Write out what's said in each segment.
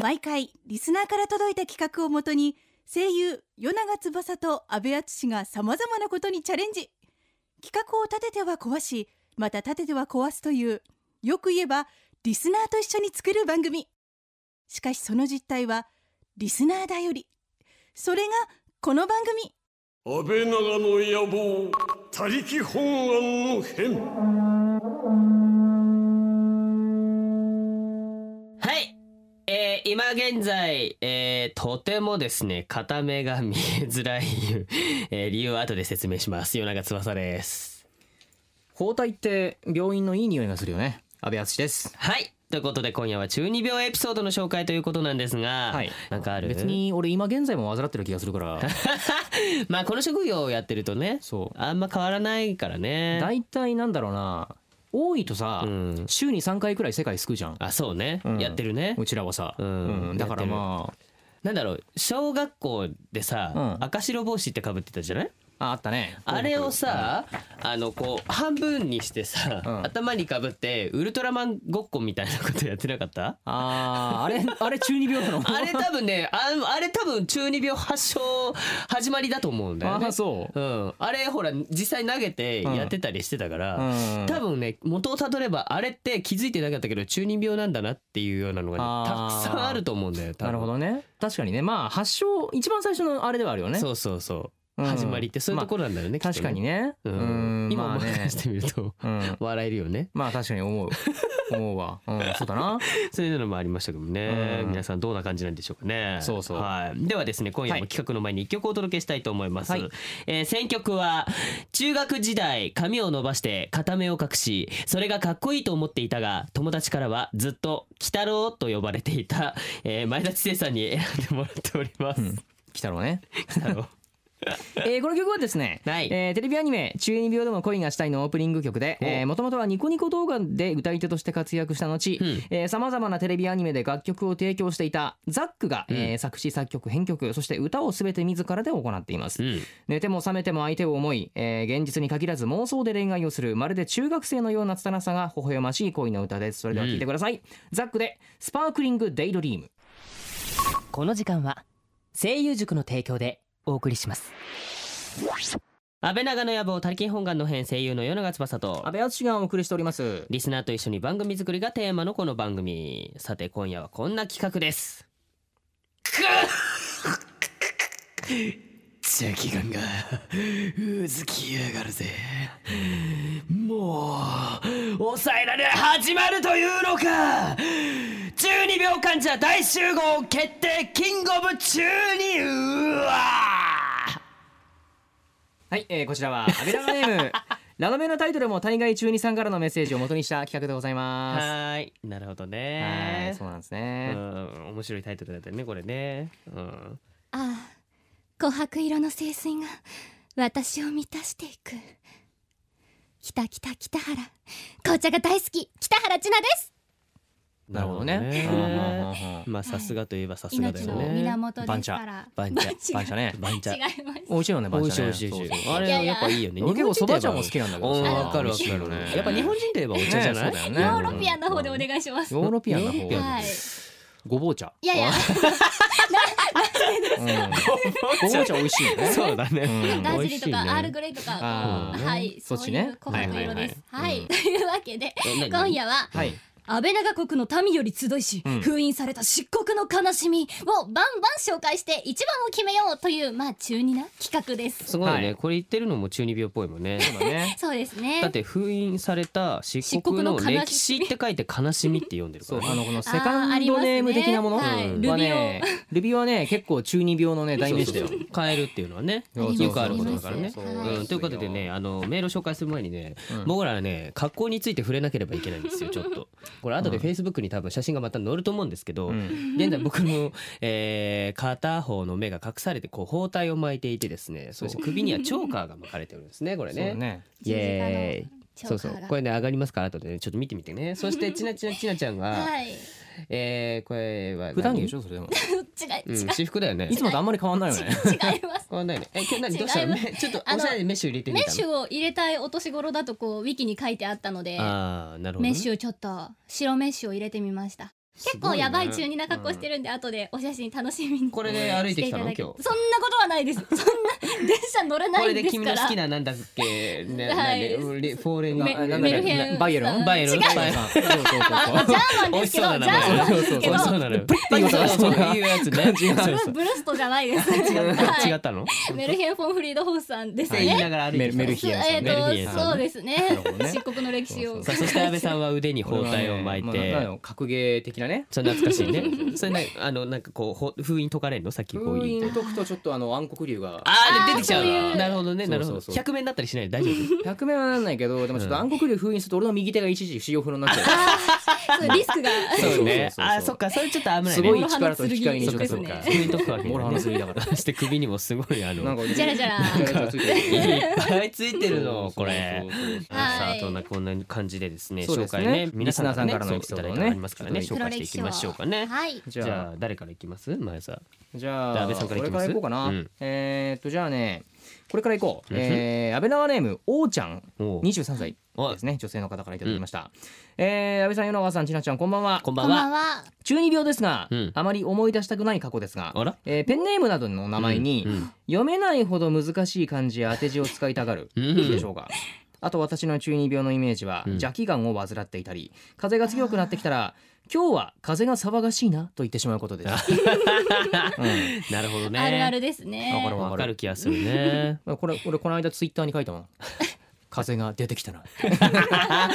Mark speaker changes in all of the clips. Speaker 1: 毎回リスナーから届いた企画をもとに声優与永翼と阿部淳がさまざまなことにチャレンジ企画を立てては壊しまた立てては壊すというよく言えばリスナーと一緒に作る番組しかしその実態はリスナーだよりそれがこの番組
Speaker 2: 安倍長の野望他力本願の変
Speaker 3: はい。えー今現在、えーとてもですね、片目が見えづらい、えー理由は後で説明します。夜長翼です。
Speaker 4: 包帯って病院のいい匂いがするよね安倍敦です
Speaker 3: はい。ということで今夜は中二病エピソードの紹介ということなんですが、
Speaker 4: はい
Speaker 3: なんかある
Speaker 4: 別。に俺今現在も患ってる気がするから
Speaker 3: まあこの職業をやってるとね、
Speaker 4: そう
Speaker 3: あんま変わらないからね。
Speaker 4: 大体なんだろうな多いとさ、
Speaker 3: うん
Speaker 4: 週に3回くらい世界救うじゃん、
Speaker 3: あ、そうね、
Speaker 4: うん
Speaker 3: やってるね
Speaker 4: う。ちらはさ、
Speaker 3: うん
Speaker 4: だからま
Speaker 3: なんだろう、小学校でさ、
Speaker 4: うん
Speaker 3: 赤白帽子って被ってたじゃない
Speaker 4: あああったね
Speaker 3: あれをさ、あのこう半分にしてさ、
Speaker 4: うん
Speaker 3: 頭にかぶってウルトラマンごっこみたいなことやってなか った？
Speaker 4: あーあ れあれ中二病なの
Speaker 3: あれ多分ね、ああれ多分中二病発症始まりだと思うんだよ
Speaker 4: あ
Speaker 3: ね、
Speaker 4: あ。そう
Speaker 3: ん、あれほら実際投げてやってたりしてたから、
Speaker 4: うんうん
Speaker 3: 多分ね元をたどればあれって気づいてなかったけど中二病なんだなっていうようなのが、
Speaker 4: あ
Speaker 3: ね、
Speaker 4: ー
Speaker 3: たくさんあると思うんだよ。
Speaker 4: う
Speaker 3: 多
Speaker 4: な
Speaker 3: 分
Speaker 4: るほどね確かにねまあ発症一番最初のあれではあるよね
Speaker 3: そうそうそう、
Speaker 4: うん
Speaker 3: 始まりってそういうところなんだよね。
Speaker 4: 確かに
Speaker 3: ね。
Speaker 4: ね
Speaker 3: う
Speaker 4: うんん
Speaker 3: 今
Speaker 4: ま
Speaker 3: 思
Speaker 4: あ
Speaker 3: い
Speaker 4: ね
Speaker 3: 出してみると、
Speaker 4: うん
Speaker 3: 笑えるよね。
Speaker 4: まあ確かに思う思うわうんそうだ な
Speaker 3: そういうのもありましたけどね、
Speaker 4: うん
Speaker 3: 皆さんどんな感じなんでしょうかね
Speaker 4: そうそう
Speaker 3: はい、ではですね今夜も企画の前に一曲お届けしたいと思います、
Speaker 4: はい
Speaker 3: えー選曲は中学時代髪を伸ばして片目を隠しそれがかっこいいと思っていたが友達からはずっと「鬼太郎」と呼ばれていた、えー前田知世さんに選んでもらっております、
Speaker 4: うん来たろうね
Speaker 3: 鬼太郎
Speaker 4: えーこの曲はですね、
Speaker 3: はい
Speaker 4: えーテレビアニメ「中二病でも恋がしたい」のオープニング曲で
Speaker 3: お
Speaker 4: もともとはニコニコ動画で歌い手として活躍した後
Speaker 3: うん
Speaker 4: さまざまなテレビアニメで楽曲を提供していたザックが、
Speaker 3: うん
Speaker 4: えー作詞作曲編曲そして歌を全て自らで行っています、
Speaker 3: うん
Speaker 4: 寝ても覚めても相手を思い、えー現実に限らず妄想で恋愛をするまるで中学生のような拙さが微笑ましい恋の歌ですそれでは聴いてください、ザックで「スパークリング・デイドリーム」
Speaker 5: この時間は声優塾の提供でお送りします
Speaker 3: 安倍長の野望他力本願の編声優の与永翼と
Speaker 4: 安倍淳がお送りしております
Speaker 3: リスナーと一緒に番組作りがテーマのこの番組さて今夜はこんな企画です邪気眼がうずきやがるぜもう抑えられ始まるというのか12秒患者大集合決定キングオブ中にうわ
Speaker 4: はい、えー、こちらはアベラのネ ームラノベのタイトルも大概中二さんからのメッセージを元にした企画でござい
Speaker 3: は
Speaker 4: ま
Speaker 3: ーいなるほど
Speaker 4: す
Speaker 3: ね
Speaker 4: はいそうなんです
Speaker 3: う
Speaker 4: ね、
Speaker 3: ん面白いタイトルだったよねこれね、うん、
Speaker 6: ああ琥珀色の清水が私を満たしていくきたきた北原紅茶が大好き北原千奈です
Speaker 4: なるほどねうん
Speaker 3: まあさすがといえばさすがだ
Speaker 6: 命
Speaker 3: よ
Speaker 6: の
Speaker 3: ね。
Speaker 6: 源ですから
Speaker 3: 番茶。
Speaker 4: 番茶ね
Speaker 3: 番茶。
Speaker 6: 違います
Speaker 4: 美味しいよね
Speaker 3: 美
Speaker 4: 番
Speaker 3: 味しい
Speaker 4: 茶
Speaker 3: 美
Speaker 4: ね
Speaker 3: 味しい美味しい。
Speaker 4: そう
Speaker 3: あれ
Speaker 6: いやいや
Speaker 3: やっぱいいよね。
Speaker 4: 俺
Speaker 3: 日本人
Speaker 4: 結構そば茶も好きなんだけどさ
Speaker 3: うんわかるわか
Speaker 4: 美味しいよね
Speaker 3: る。やっぱ日本人といえばお茶じゃない
Speaker 4: ねそうだよね
Speaker 6: ヨーロピアンの方でお願いします
Speaker 4: ヨーロピアンの
Speaker 3: ヨーロピアン
Speaker 4: 方
Speaker 6: はい
Speaker 4: ごぼう 茶
Speaker 6: いやいや
Speaker 4: うんごぼう茶美味しいよね
Speaker 3: そうだね
Speaker 4: う。ん
Speaker 6: ダージリとかアール
Speaker 3: グ
Speaker 6: グレイとか
Speaker 4: あ
Speaker 3: ー
Speaker 6: はい
Speaker 4: そっ
Speaker 6: そう
Speaker 4: ち
Speaker 6: い
Speaker 4: ね
Speaker 6: う琥珀色です
Speaker 3: はいはいは
Speaker 6: はいいというわけで
Speaker 3: え何
Speaker 6: 今夜は
Speaker 4: はい
Speaker 6: 安倍長国の民より集いし、
Speaker 4: うん
Speaker 6: 封印された漆黒の悲しみをバンバン紹介して一番を決めようというまあ中二な企画です
Speaker 3: すごい
Speaker 4: は
Speaker 3: ね。
Speaker 4: い
Speaker 3: これ言ってるのも中二病っぽいもんね。
Speaker 4: そうだね
Speaker 6: そうですね
Speaker 3: だって封印された漆黒の歴史って書いて悲しみって読んでるか
Speaker 4: そう
Speaker 3: らね
Speaker 4: あ。のこのセカンドネーム的なもの
Speaker 6: あー
Speaker 4: は
Speaker 6: ありますねはい
Speaker 4: ねルビオはね結構中二病のね代名詞だよ
Speaker 3: 変えるっていうのはね
Speaker 4: そう
Speaker 3: よくあることだからね。
Speaker 4: そう
Speaker 6: そう
Speaker 3: うん、ということでねあのメールを紹介する前にね、
Speaker 4: うん
Speaker 3: 僕らはね格好について触れなければいけないんですよちょっ と。これ後で
Speaker 4: うん
Speaker 3: フェイスブックに多分写真がまた載ると思うんですけど、
Speaker 4: うん
Speaker 3: 現在僕の、 えー片方の目が隠されてこう包帯を巻いていてですねそして首にはチョーカーが巻かれてるんですねこれ
Speaker 4: そうだ
Speaker 3: ね。
Speaker 4: ね
Speaker 3: イエーイ
Speaker 6: 十字架
Speaker 3: そうそ
Speaker 6: のチョーカーが
Speaker 3: うこれね上がりますから後でねちょっと見てみてねそ してちなちなちなちゃんが、
Speaker 6: はい違
Speaker 3: えーこれは何
Speaker 4: 普段着でしょそれでも
Speaker 6: い
Speaker 3: うん
Speaker 6: 違い、
Speaker 3: 私服だよね
Speaker 4: いつもとあんまり変わんないよね
Speaker 6: 違 います
Speaker 3: 変わんないねえ今日何どうしたの
Speaker 6: 違い
Speaker 3: めちょっと
Speaker 6: あ
Speaker 3: お
Speaker 6: の
Speaker 3: しゃれにメッシュ入れてみ
Speaker 6: メ
Speaker 3: た
Speaker 6: ッ
Speaker 3: の
Speaker 6: シュを入れたいお年頃だとこうウィキに書いてあったので
Speaker 3: ああなるほどね
Speaker 6: メッシュをちょっと白メッシュを入れてみました結構やばい中
Speaker 3: 二
Speaker 6: 二な格好して
Speaker 3: る、
Speaker 6: るんで、後でお写真楽しみに
Speaker 3: これで歩いてきたの
Speaker 6: してい
Speaker 3: 今
Speaker 6: だけ
Speaker 3: 日
Speaker 6: そんなことはないですそんな電車乗れ
Speaker 3: うん
Speaker 6: な
Speaker 3: これ
Speaker 6: い
Speaker 3: で
Speaker 6: です
Speaker 3: 君
Speaker 6: か
Speaker 3: の好
Speaker 6: ら
Speaker 3: きななんだっけ、ね
Speaker 6: はい
Speaker 3: なんでレフォーレン
Speaker 6: メ
Speaker 3: あなんだっけ
Speaker 6: メルヘン
Speaker 4: バイエロン
Speaker 3: バイエロン
Speaker 6: 違う
Speaker 3: バイエロンそうそうそう
Speaker 6: あまあジャーマンですけどジャーマンですけ
Speaker 3: 美
Speaker 6: ど
Speaker 3: 味しそうなのよ。そういうやつね。違
Speaker 6: それは
Speaker 3: う。
Speaker 6: ブルストじゃないで す
Speaker 3: 違
Speaker 6: は
Speaker 3: ったの？っ
Speaker 6: いメルヘン・フォン・フリードホースさんです
Speaker 3: て言い
Speaker 6: ね
Speaker 3: ながら歩いてきた。
Speaker 6: そうえ
Speaker 3: メルヒエ
Speaker 6: ー
Speaker 3: ン
Speaker 6: と
Speaker 3: さん
Speaker 6: そう
Speaker 3: ね
Speaker 6: ですね
Speaker 4: ほどね
Speaker 6: 漆黒の歴史を
Speaker 3: さあそして安倍さんは腕に包帯を巻い
Speaker 4: これはねまあなんだ
Speaker 3: て。
Speaker 4: ろう格ゲー的なね
Speaker 3: それ懐かしいね。それなあのなんかこうほ封印解かれるのさっきこう
Speaker 4: 封
Speaker 3: 言
Speaker 4: 印
Speaker 3: う。
Speaker 4: 解くとちょっとあの暗黒竜が
Speaker 3: あ
Speaker 6: あ
Speaker 3: あ
Speaker 6: ー
Speaker 3: 出てきちゃ。
Speaker 6: そういうう
Speaker 3: なるほどねなるほ
Speaker 4: そ
Speaker 3: ど。
Speaker 4: うそうそう
Speaker 3: 百面だったりしない 大丈
Speaker 4: 100面はなんないけどでもちょっと
Speaker 3: うん
Speaker 4: 暗黒竜封印すると俺の右手が一時不要不能になっちゃ
Speaker 6: そうリスクが
Speaker 3: 夫。
Speaker 4: そう
Speaker 3: そうね。
Speaker 4: そうそうそう
Speaker 3: あーそっかそれちょっと危ないうね。
Speaker 4: すごい力と機械に
Speaker 3: そっかそっ
Speaker 6: で
Speaker 3: か。
Speaker 6: す
Speaker 3: 封印解くわけ
Speaker 4: モラハの
Speaker 3: ね。
Speaker 4: 剣だから
Speaker 3: そして首にもすごいあ
Speaker 4: なん
Speaker 3: の。
Speaker 4: か
Speaker 6: ジャラジャラ
Speaker 4: ジャラジャラついて
Speaker 3: い
Speaker 4: る
Speaker 3: っぱいついてるのこれ。
Speaker 6: そうはい
Speaker 3: さあそんなこんな感じでですね
Speaker 4: そうで
Speaker 3: 紹
Speaker 4: すね
Speaker 3: 介ね皆さんからね
Speaker 4: リスナーさんからのエピソードをね
Speaker 3: そういただいたのありますからね
Speaker 4: ちょ
Speaker 3: 紹
Speaker 6: っと
Speaker 3: 介していきましょうかね。
Speaker 6: はい
Speaker 4: じ
Speaker 3: じ
Speaker 4: ゃあ
Speaker 3: ゃあ誰からいきます？前さん。
Speaker 4: じゃ
Speaker 3: じゃあ
Speaker 4: あ
Speaker 3: 安倍さんからいきます
Speaker 4: これからいこうかな、
Speaker 3: うん
Speaker 4: えーっとじゃあねこれからいこう、
Speaker 3: うん
Speaker 4: えー、安倍長ネームおうちゃん
Speaker 3: おう
Speaker 4: 23歳ですね女性の方からいただきました、えー、安倍さん与川さん千奈ちゃんこんばんは
Speaker 3: こんば
Speaker 6: こん
Speaker 3: ん
Speaker 6: ばん
Speaker 3: は。
Speaker 6: は
Speaker 4: 中二病ですが、
Speaker 3: うん
Speaker 4: あまり思い出したくない過去ですが
Speaker 3: あら、
Speaker 4: えーペンネームなどの名前に、
Speaker 3: うんうん
Speaker 4: 読めないほど難しい漢字や当て字を使いたがる、
Speaker 3: うん
Speaker 4: いいでしょうかあと私の中二病のイメージは、
Speaker 3: うん
Speaker 4: 邪気眼を患っていたり風が強くなってきたら今日は風が騒がしいなと言ってしまうことです、うん
Speaker 3: なるほどね。
Speaker 6: あるあるですね
Speaker 4: わかる
Speaker 3: わかる気がするね。
Speaker 4: まあこれ俺この間ツイッターに書いたもん風が出てきたな
Speaker 3: あ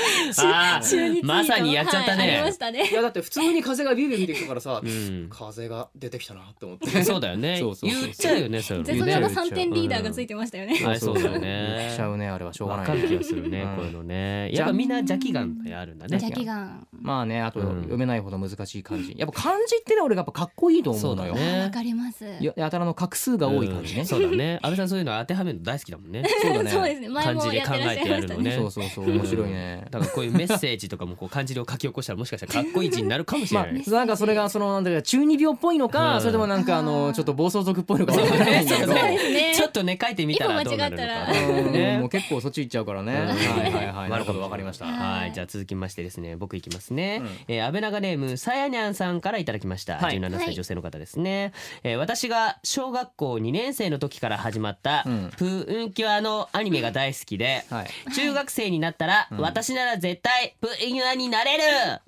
Speaker 6: 中二ツイー
Speaker 3: ー
Speaker 6: ト
Speaker 3: まさにやっちゃった
Speaker 6: はいありま
Speaker 3: ね
Speaker 6: し。たね
Speaker 4: いやだって普通に風がビュービュー見てきたからさ、
Speaker 3: うん。
Speaker 4: 風が出てきたなと思って
Speaker 3: そうだよね
Speaker 4: そう。そうそう
Speaker 3: 言っちゃうよねそれ
Speaker 6: 絶妙な
Speaker 3: ね。
Speaker 6: 三点リーダーがついてましたよね
Speaker 3: はいそうだよ
Speaker 4: 言っちゃ
Speaker 3: ね。
Speaker 4: うねあれはしょうが
Speaker 3: わ
Speaker 4: ない
Speaker 3: かる気がする
Speaker 4: う
Speaker 3: ね
Speaker 4: ん
Speaker 3: こういうのね。やっぱみんな邪気眼ってあるんだね。
Speaker 6: 邪気眼
Speaker 4: まあねあと
Speaker 3: うん
Speaker 4: 読めないほど難しい漢字やっぱ漢字ってね俺がやっぱかっこいいと思うのよ
Speaker 3: そうだね
Speaker 6: わかります
Speaker 4: ややたらの画数が多い感じ
Speaker 3: う
Speaker 4: ね
Speaker 3: んそうだね。安倍さんそういうの当てはめるの大好きだもんね。
Speaker 4: そうだ
Speaker 6: そうですね前
Speaker 3: 漢
Speaker 6: も
Speaker 3: 字で
Speaker 6: やっ
Speaker 3: 考
Speaker 6: てら
Speaker 3: え
Speaker 6: っしゃ
Speaker 3: て
Speaker 6: い
Speaker 3: やる
Speaker 6: ました
Speaker 3: の
Speaker 6: ね
Speaker 3: ね。
Speaker 4: そうそうそう面白いね
Speaker 3: だからこういうメッセージとかもこう漢字で書き起こしたらもしかしたらかっこいい字になるかもしれ
Speaker 4: ま
Speaker 3: ない。
Speaker 4: あなんかそれがそのなんだか中二病っぽいの
Speaker 3: う
Speaker 4: か
Speaker 3: ん
Speaker 4: それともなんかあのちょっと暴走族っぽいのかわ
Speaker 3: そう
Speaker 4: かんないんだけど
Speaker 6: そうですね
Speaker 3: ちょっとね書いてみたらどうなるのか
Speaker 4: う
Speaker 6: 一歩
Speaker 4: んも
Speaker 3: ね
Speaker 4: う。結構そっち行っちゃうからね
Speaker 3: うん
Speaker 4: はいはいはいなるほど
Speaker 3: わ
Speaker 4: わ
Speaker 3: か
Speaker 4: か
Speaker 3: り
Speaker 4: り
Speaker 3: ま
Speaker 4: ま
Speaker 3: し。
Speaker 4: したた
Speaker 3: は、
Speaker 6: はいい
Speaker 3: じゃあ続きましてですね、僕いきますね。
Speaker 4: う
Speaker 3: えー安倍長ネームさやにゃんさんからいただきました。
Speaker 4: はい
Speaker 3: 17
Speaker 6: は
Speaker 3: 歳
Speaker 6: い
Speaker 3: 女性の方ですね。えー私が小学校2年生の時から始まった、
Speaker 4: うん
Speaker 3: プーンキュアのアニメが大好きで、
Speaker 4: はい
Speaker 3: 中学生になったら、私なら絶対プーンキュアになれる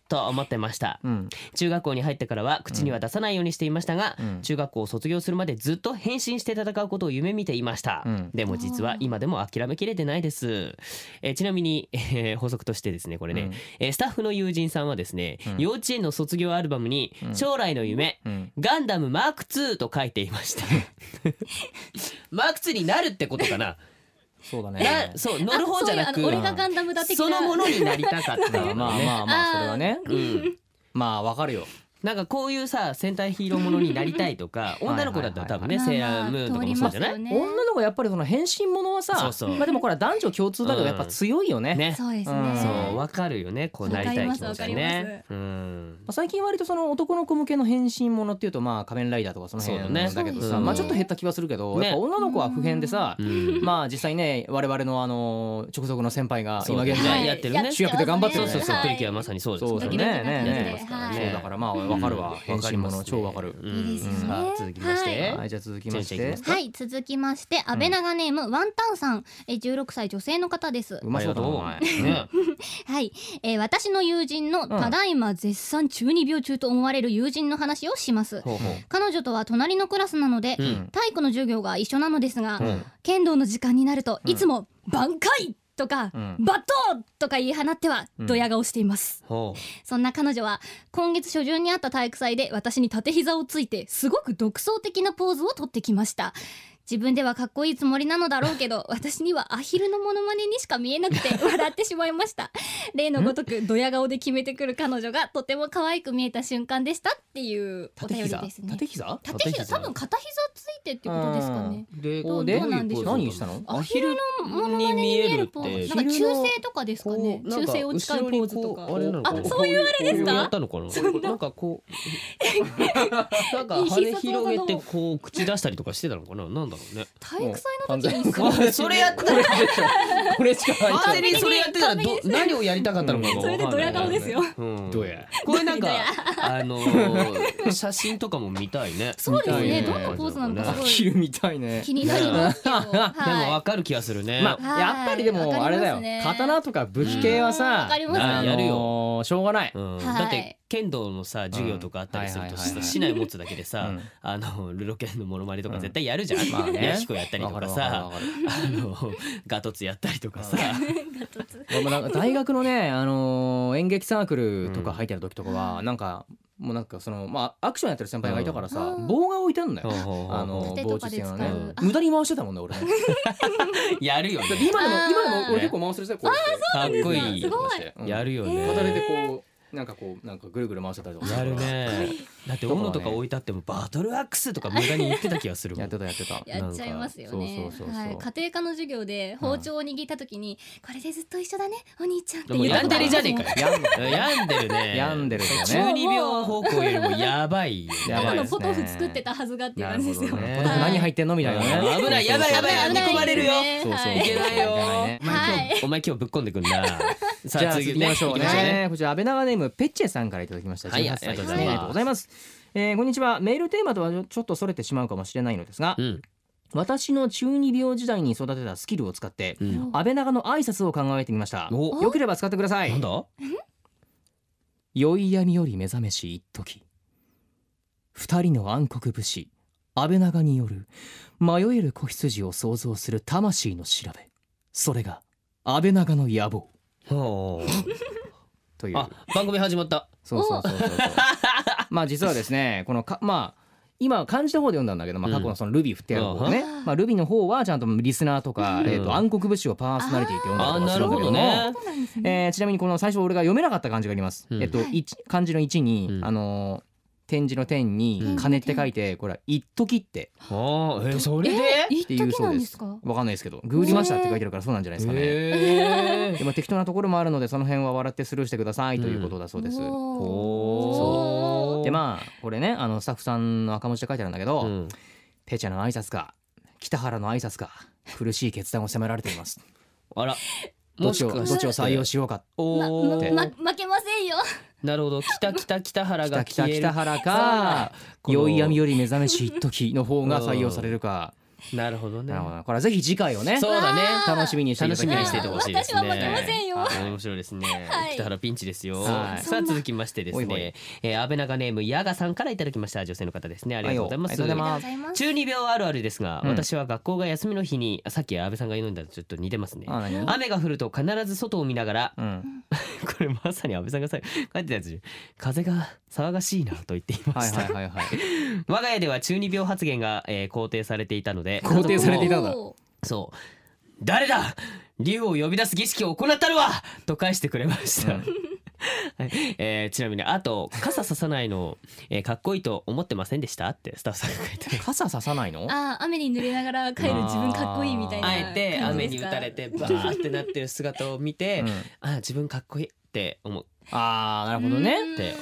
Speaker 3: と思ってました。
Speaker 4: うん
Speaker 3: 中学校に入ってからは口には出さないようにしていましたが、
Speaker 4: うん
Speaker 3: 中学校を卒業するまでずっと変身して戦うことを夢見ていました、
Speaker 4: うん
Speaker 3: でも実は今でも諦めきれてないです、えーちなみに、えー補足としてですねこれね、
Speaker 4: うん
Speaker 3: えースタッフの友人さんはですね、
Speaker 4: ん
Speaker 3: 幼稚園の卒業アルバムに
Speaker 4: うん
Speaker 3: 将来の夢、
Speaker 4: うん
Speaker 3: ガンダムマーク2と書いていました マーク2になるってことかな
Speaker 4: そうだね
Speaker 3: なそう乗る方じゃな
Speaker 6: あそう
Speaker 3: く
Speaker 6: いうあの俺がガンダムだ的な
Speaker 3: そのものになりたかった
Speaker 4: まあまあまあまあそれはね
Speaker 3: うん
Speaker 4: まあわかるよ
Speaker 3: なんかこういうさ戦隊ヒーローものになりたい とか
Speaker 4: いはい
Speaker 3: 女の子だったら多分ね
Speaker 6: まあ
Speaker 3: セーラームーンとかもそうじゃない、
Speaker 6: 通りますよね
Speaker 4: 女の子やっぱりその変身ものはさ
Speaker 3: そうそう
Speaker 4: まあでもこれは男女共通だ
Speaker 3: う
Speaker 4: け
Speaker 3: ん
Speaker 4: どやっぱ強いよね,、
Speaker 3: ね
Speaker 6: そうです
Speaker 4: うん
Speaker 6: ね
Speaker 3: そうわかるよねこうなりたい気持ちが
Speaker 6: わかり
Speaker 3: ね
Speaker 6: ま
Speaker 3: うん
Speaker 4: まあ最近割とその男の子向けの変身ものっていうとまあ仮面ライダーとかその辺
Speaker 3: そ
Speaker 4: だ,、
Speaker 3: うだね
Speaker 4: け
Speaker 3: そう
Speaker 4: ど
Speaker 3: です
Speaker 4: さ、
Speaker 3: ね
Speaker 4: まあちょっと減った気はするけど、
Speaker 3: ね
Speaker 4: やっぱ女の子は普遍でさ、
Speaker 3: うん
Speaker 4: まあ実際ね我々のあの直属の先輩が
Speaker 3: そう
Speaker 4: 今現
Speaker 3: は
Speaker 4: 在
Speaker 3: いやってるね
Speaker 6: ます
Speaker 4: 主役で頑張って
Speaker 3: そう
Speaker 4: る
Speaker 3: そうそう
Speaker 6: はい
Speaker 3: プリキュアまさにそうです
Speaker 4: そう
Speaker 3: か
Speaker 4: だ
Speaker 3: ら
Speaker 4: ね
Speaker 6: ドキ
Speaker 3: ね
Speaker 6: ド
Speaker 4: ねね
Speaker 6: キドキドキはい
Speaker 4: そうだからまあわかるわ、変身もの超わかる、
Speaker 3: うん
Speaker 6: いいですよね
Speaker 3: さあ続きまして
Speaker 4: はいじゃあ続きまし
Speaker 3: ちょいちょい
Speaker 4: て
Speaker 3: 行き
Speaker 6: はい続きまして安倍長ネーム、ワンタンさんえ16歳女性の方です
Speaker 4: うまそうだなお前
Speaker 3: ね
Speaker 6: はい、えー私の友人のただいま絶賛中二病中と思われる友人の話をします、
Speaker 3: ほうほう
Speaker 6: 彼女とは隣のクラスなので、
Speaker 3: うん
Speaker 6: 体育の授業が一緒なのですが、
Speaker 3: ん
Speaker 6: 剣道の時間になるといつも「挽回!」とか「
Speaker 4: うん
Speaker 6: バトー!」とか言い放っては
Speaker 4: うん
Speaker 6: ドヤ顔しています、
Speaker 3: ほう
Speaker 6: そんな彼女は今月初旬にあった体育祭で私に縦膝をついてすごく独創的なポーズをとってきました自分ではかっこいいつもりなのだろうけど私にはアヒルのモノマネにしか見えなくて笑ってしまいました例のごとくドヤ顔で決めてくる彼女がとても可愛く見えた瞬間でしたっていうお
Speaker 4: 縦
Speaker 6: 便り
Speaker 4: 膝
Speaker 6: ですね
Speaker 4: 縦膝
Speaker 6: 縦膝多分片膝ついてってことですかね
Speaker 3: で
Speaker 6: どうどうなんでしょう
Speaker 4: 何したの
Speaker 6: アヒルのモノマネに見えるポーズ
Speaker 4: ア
Speaker 6: な
Speaker 4: ヒ
Speaker 6: んか
Speaker 4: ルの
Speaker 6: 中性とかですかね中性を使うポーズとか
Speaker 3: あれなのかな
Speaker 6: あそういうあれです
Speaker 3: こうやっ
Speaker 6: か
Speaker 3: たのか ななんかこうなんか羽
Speaker 6: 必殺技 の
Speaker 3: 広げてこう口出したりとかしてたのかななんだろうね
Speaker 6: 体育祭の時にす
Speaker 7: もう
Speaker 6: ご
Speaker 7: 完全
Speaker 6: い
Speaker 7: にそれやったら
Speaker 5: これしかない
Speaker 7: 完全にそれやってたら ど何をやりたかったのかが
Speaker 6: それでドヤ顔ですよ
Speaker 3: うん
Speaker 5: どうや
Speaker 7: これなんか
Speaker 6: ドヤ
Speaker 3: あの ー写真とかも見たいね
Speaker 6: そうですね
Speaker 3: 見たい
Speaker 6: どんなポーズなのかすごい
Speaker 4: 着るみたいね
Speaker 6: 気になりますけど、
Speaker 3: でも
Speaker 6: は
Speaker 3: わかる気がするね
Speaker 5: まあ、
Speaker 6: はい
Speaker 5: やっぱりでもあれだよ、
Speaker 6: わかりますね
Speaker 5: 刀とか武器系は
Speaker 6: うん
Speaker 5: さ
Speaker 6: わかります
Speaker 5: あのー
Speaker 3: やる
Speaker 5: しょうがない、
Speaker 3: うん
Speaker 6: はい
Speaker 3: だって剣道のさ授業とかあったりすると
Speaker 4: はいはいはいはい
Speaker 3: 市内持つだけでさ、
Speaker 4: うん
Speaker 3: あのルロケンのモノマネとか
Speaker 4: うん
Speaker 3: 絶対やるじゃん、
Speaker 4: まあね
Speaker 3: ねヒコやったりとかさ
Speaker 4: わかるわかるわか
Speaker 3: あのガトツやったりとか さ
Speaker 4: るでもなんか大学のね、あのー演劇サークルとか入ってる時とかは、なんかもうなんかそのまあアクションやってる先輩がいたからさ、
Speaker 6: うん
Speaker 4: 棒が置いてあるんだよ、あ
Speaker 3: あ
Speaker 4: の
Speaker 6: 手
Speaker 4: 棒中
Speaker 6: とかで
Speaker 4: 心
Speaker 6: 使う
Speaker 4: のね、
Speaker 6: う
Speaker 4: 無駄に回してたもんね俺ね
Speaker 3: やるよね
Speaker 4: だって今でも
Speaker 6: あー
Speaker 4: 今でも俺結構回してるさこう
Speaker 3: かっこ
Speaker 6: なん
Speaker 3: い
Speaker 6: で
Speaker 3: い
Speaker 6: すかすごい
Speaker 4: うん
Speaker 3: やるよね、
Speaker 4: 片手でこうなんかこうなんかぐるぐる回してたりとか
Speaker 3: やるねだって斧とか置いてあってもバトルアックスとか無駄に言ってた気がするも
Speaker 4: や
Speaker 3: ん
Speaker 4: ってたやってた
Speaker 6: やっちゃいますよね
Speaker 4: なんかそうそうそうそう
Speaker 6: はい、家庭科の授業で包丁を握った時に、これでずっと一緒だねお兄ちゃんって
Speaker 3: もう
Speaker 6: 言っ
Speaker 3: や
Speaker 6: た
Speaker 3: ん
Speaker 6: こと
Speaker 3: で
Speaker 6: あ
Speaker 3: る
Speaker 6: り
Speaker 3: じ
Speaker 6: ま
Speaker 3: ゃ
Speaker 6: す
Speaker 3: ね
Speaker 6: も
Speaker 3: え
Speaker 6: ん
Speaker 3: かよ病んでるね
Speaker 4: 病んでるよね
Speaker 3: 12秒方向よりもやばいよね
Speaker 4: やば
Speaker 6: た
Speaker 4: い
Speaker 6: だ
Speaker 4: で
Speaker 6: の
Speaker 4: すね
Speaker 6: ポトフ作ってたはずがっていう
Speaker 4: な
Speaker 6: 感
Speaker 4: る
Speaker 6: じ
Speaker 4: ほ
Speaker 6: です
Speaker 4: どねポ
Speaker 6: よ
Speaker 4: ト
Speaker 6: ね
Speaker 4: フ何入ってんのみたいなね
Speaker 3: 危ないやばいやばい
Speaker 6: 危ない
Speaker 3: 煮込まれるよ
Speaker 6: ですね
Speaker 4: そうそう
Speaker 6: はい
Speaker 3: いけないよ
Speaker 4: ね
Speaker 3: お前今日お前今日ぶっこんでく んなさ
Speaker 4: じゃあ
Speaker 3: あ
Speaker 4: 次
Speaker 3: 次
Speaker 4: 行き
Speaker 3: ね
Speaker 4: ましょうね
Speaker 3: 行き
Speaker 4: こちら安倍長ネームペッチェさんからいただきました
Speaker 3: はい
Speaker 4: 18歳
Speaker 3: ありがとうござ
Speaker 4: です
Speaker 3: います
Speaker 4: ねありがとうございますえーこんにちはメールテーマとはちょっとそれてしまうかもしれないのですが
Speaker 3: うん
Speaker 4: 私の中二病時代に育てたスキルを使って
Speaker 3: うん
Speaker 4: 安倍長の挨拶を考えてみました
Speaker 3: お
Speaker 4: よければ使ってください
Speaker 3: なんだ
Speaker 4: 酔い闇より目覚めし一時二人の暗黒武士安倍長による迷える子羊を想像する魂の調べそれが安倍長の野望
Speaker 3: ほう
Speaker 4: という
Speaker 3: あ番組始まった
Speaker 4: そうそうそうそう そうまあ実はですねこのかまあ今漢字の方で読んだんだけど、まあ、過去のそのルビー振ってやる方ね、まあ、ルビーの方はちゃんとリスナーとか、
Speaker 3: うん
Speaker 4: えー、と暗黒武士をパーソナリティって呼んだりとかするんだけども
Speaker 3: あーなるほどね
Speaker 6: そうなんですね
Speaker 4: えーちなみにこの最初俺が読めなかった漢字があります。
Speaker 3: うん
Speaker 4: えっと、
Speaker 6: はい
Speaker 4: 一漢字の一に、
Speaker 3: うん
Speaker 4: あのー点字の点
Speaker 3: う
Speaker 4: に
Speaker 3: ん
Speaker 4: 金って書いて、これは一時って
Speaker 3: ああえーそれ
Speaker 6: え
Speaker 4: っ
Speaker 6: 一
Speaker 4: ていう
Speaker 6: 時
Speaker 4: そ
Speaker 6: な
Speaker 4: うんで
Speaker 6: です
Speaker 4: す。
Speaker 6: か
Speaker 4: わかんないですけど、グーりましたって書いてるからそうなんじゃないですかね。
Speaker 3: え
Speaker 4: でまあ適当なところもあるのでその辺は笑ってスルーしてくださいということだそうです。
Speaker 6: おー
Speaker 4: ほうでまあこれねあのスタッフさんの赤文字で書いてあるんだけど、
Speaker 3: うん
Speaker 4: ペチャの挨拶か北原の挨拶か苦しい決断を迫られています。
Speaker 3: あら
Speaker 4: どっちをど
Speaker 3: も
Speaker 4: っ
Speaker 3: しかして
Speaker 4: ちを採用しようか。
Speaker 3: お
Speaker 6: ま
Speaker 3: ー
Speaker 6: ま負けませんよ
Speaker 3: なるほど北北北原が
Speaker 4: 北
Speaker 3: 消
Speaker 4: 北
Speaker 3: える
Speaker 4: 北原 か
Speaker 3: この
Speaker 4: 酔い闇より目覚めし一時の方が採用されるか。
Speaker 3: なるほどね
Speaker 4: なるほどな。これはぜひ次回をね、
Speaker 3: そうだね
Speaker 4: 楽しみにしていた
Speaker 3: 楽
Speaker 4: だき
Speaker 3: したみ
Speaker 4: い
Speaker 3: にしていてほしいですね
Speaker 6: 私は負けませんよ
Speaker 3: あー面白いですね、
Speaker 6: はい
Speaker 3: 北原ピンチですよ、
Speaker 4: はい
Speaker 3: さあ続きましてです
Speaker 4: ほいほい
Speaker 3: ね、えー、安倍長ネームヤガさんからいただきました女性の方ですねありがとうございます、
Speaker 4: はいありがとうございます
Speaker 6: ありがとうございます
Speaker 3: 中二病あるあるですが、
Speaker 4: うん
Speaker 3: 私は学校が休みの日にあさっき安倍さんが言うんだとちょっと似てますね
Speaker 4: あ何
Speaker 3: 雨が降ると必ず外を見ながら
Speaker 4: うん。
Speaker 3: これまさに安倍さんがさ書いてたやつじゃん風が騒がしいなと言っていま
Speaker 4: はい
Speaker 3: した、
Speaker 4: はいはいはい。
Speaker 3: 我が家では中二病発言が、えー肯定されていたので
Speaker 4: 肯定されていたんだ。
Speaker 6: おー
Speaker 3: そう誰だ竜を呼び出す儀式を行ったるわと返してくれました、 はいえーちなみにあと傘ささないの、えーかっこいいと思ってませんでしたってスタッフさんが書いてある
Speaker 4: 傘ささないの？
Speaker 6: あー雨に濡れながら帰る自分かっこいいみたいな
Speaker 3: あえて
Speaker 6: 感
Speaker 3: 雨
Speaker 6: じ
Speaker 3: に打
Speaker 6: ですか
Speaker 3: たれてバーってなってる姿を見て、
Speaker 4: うん
Speaker 3: あ自分かっこいいって思う
Speaker 4: ああなるほどね。
Speaker 3: って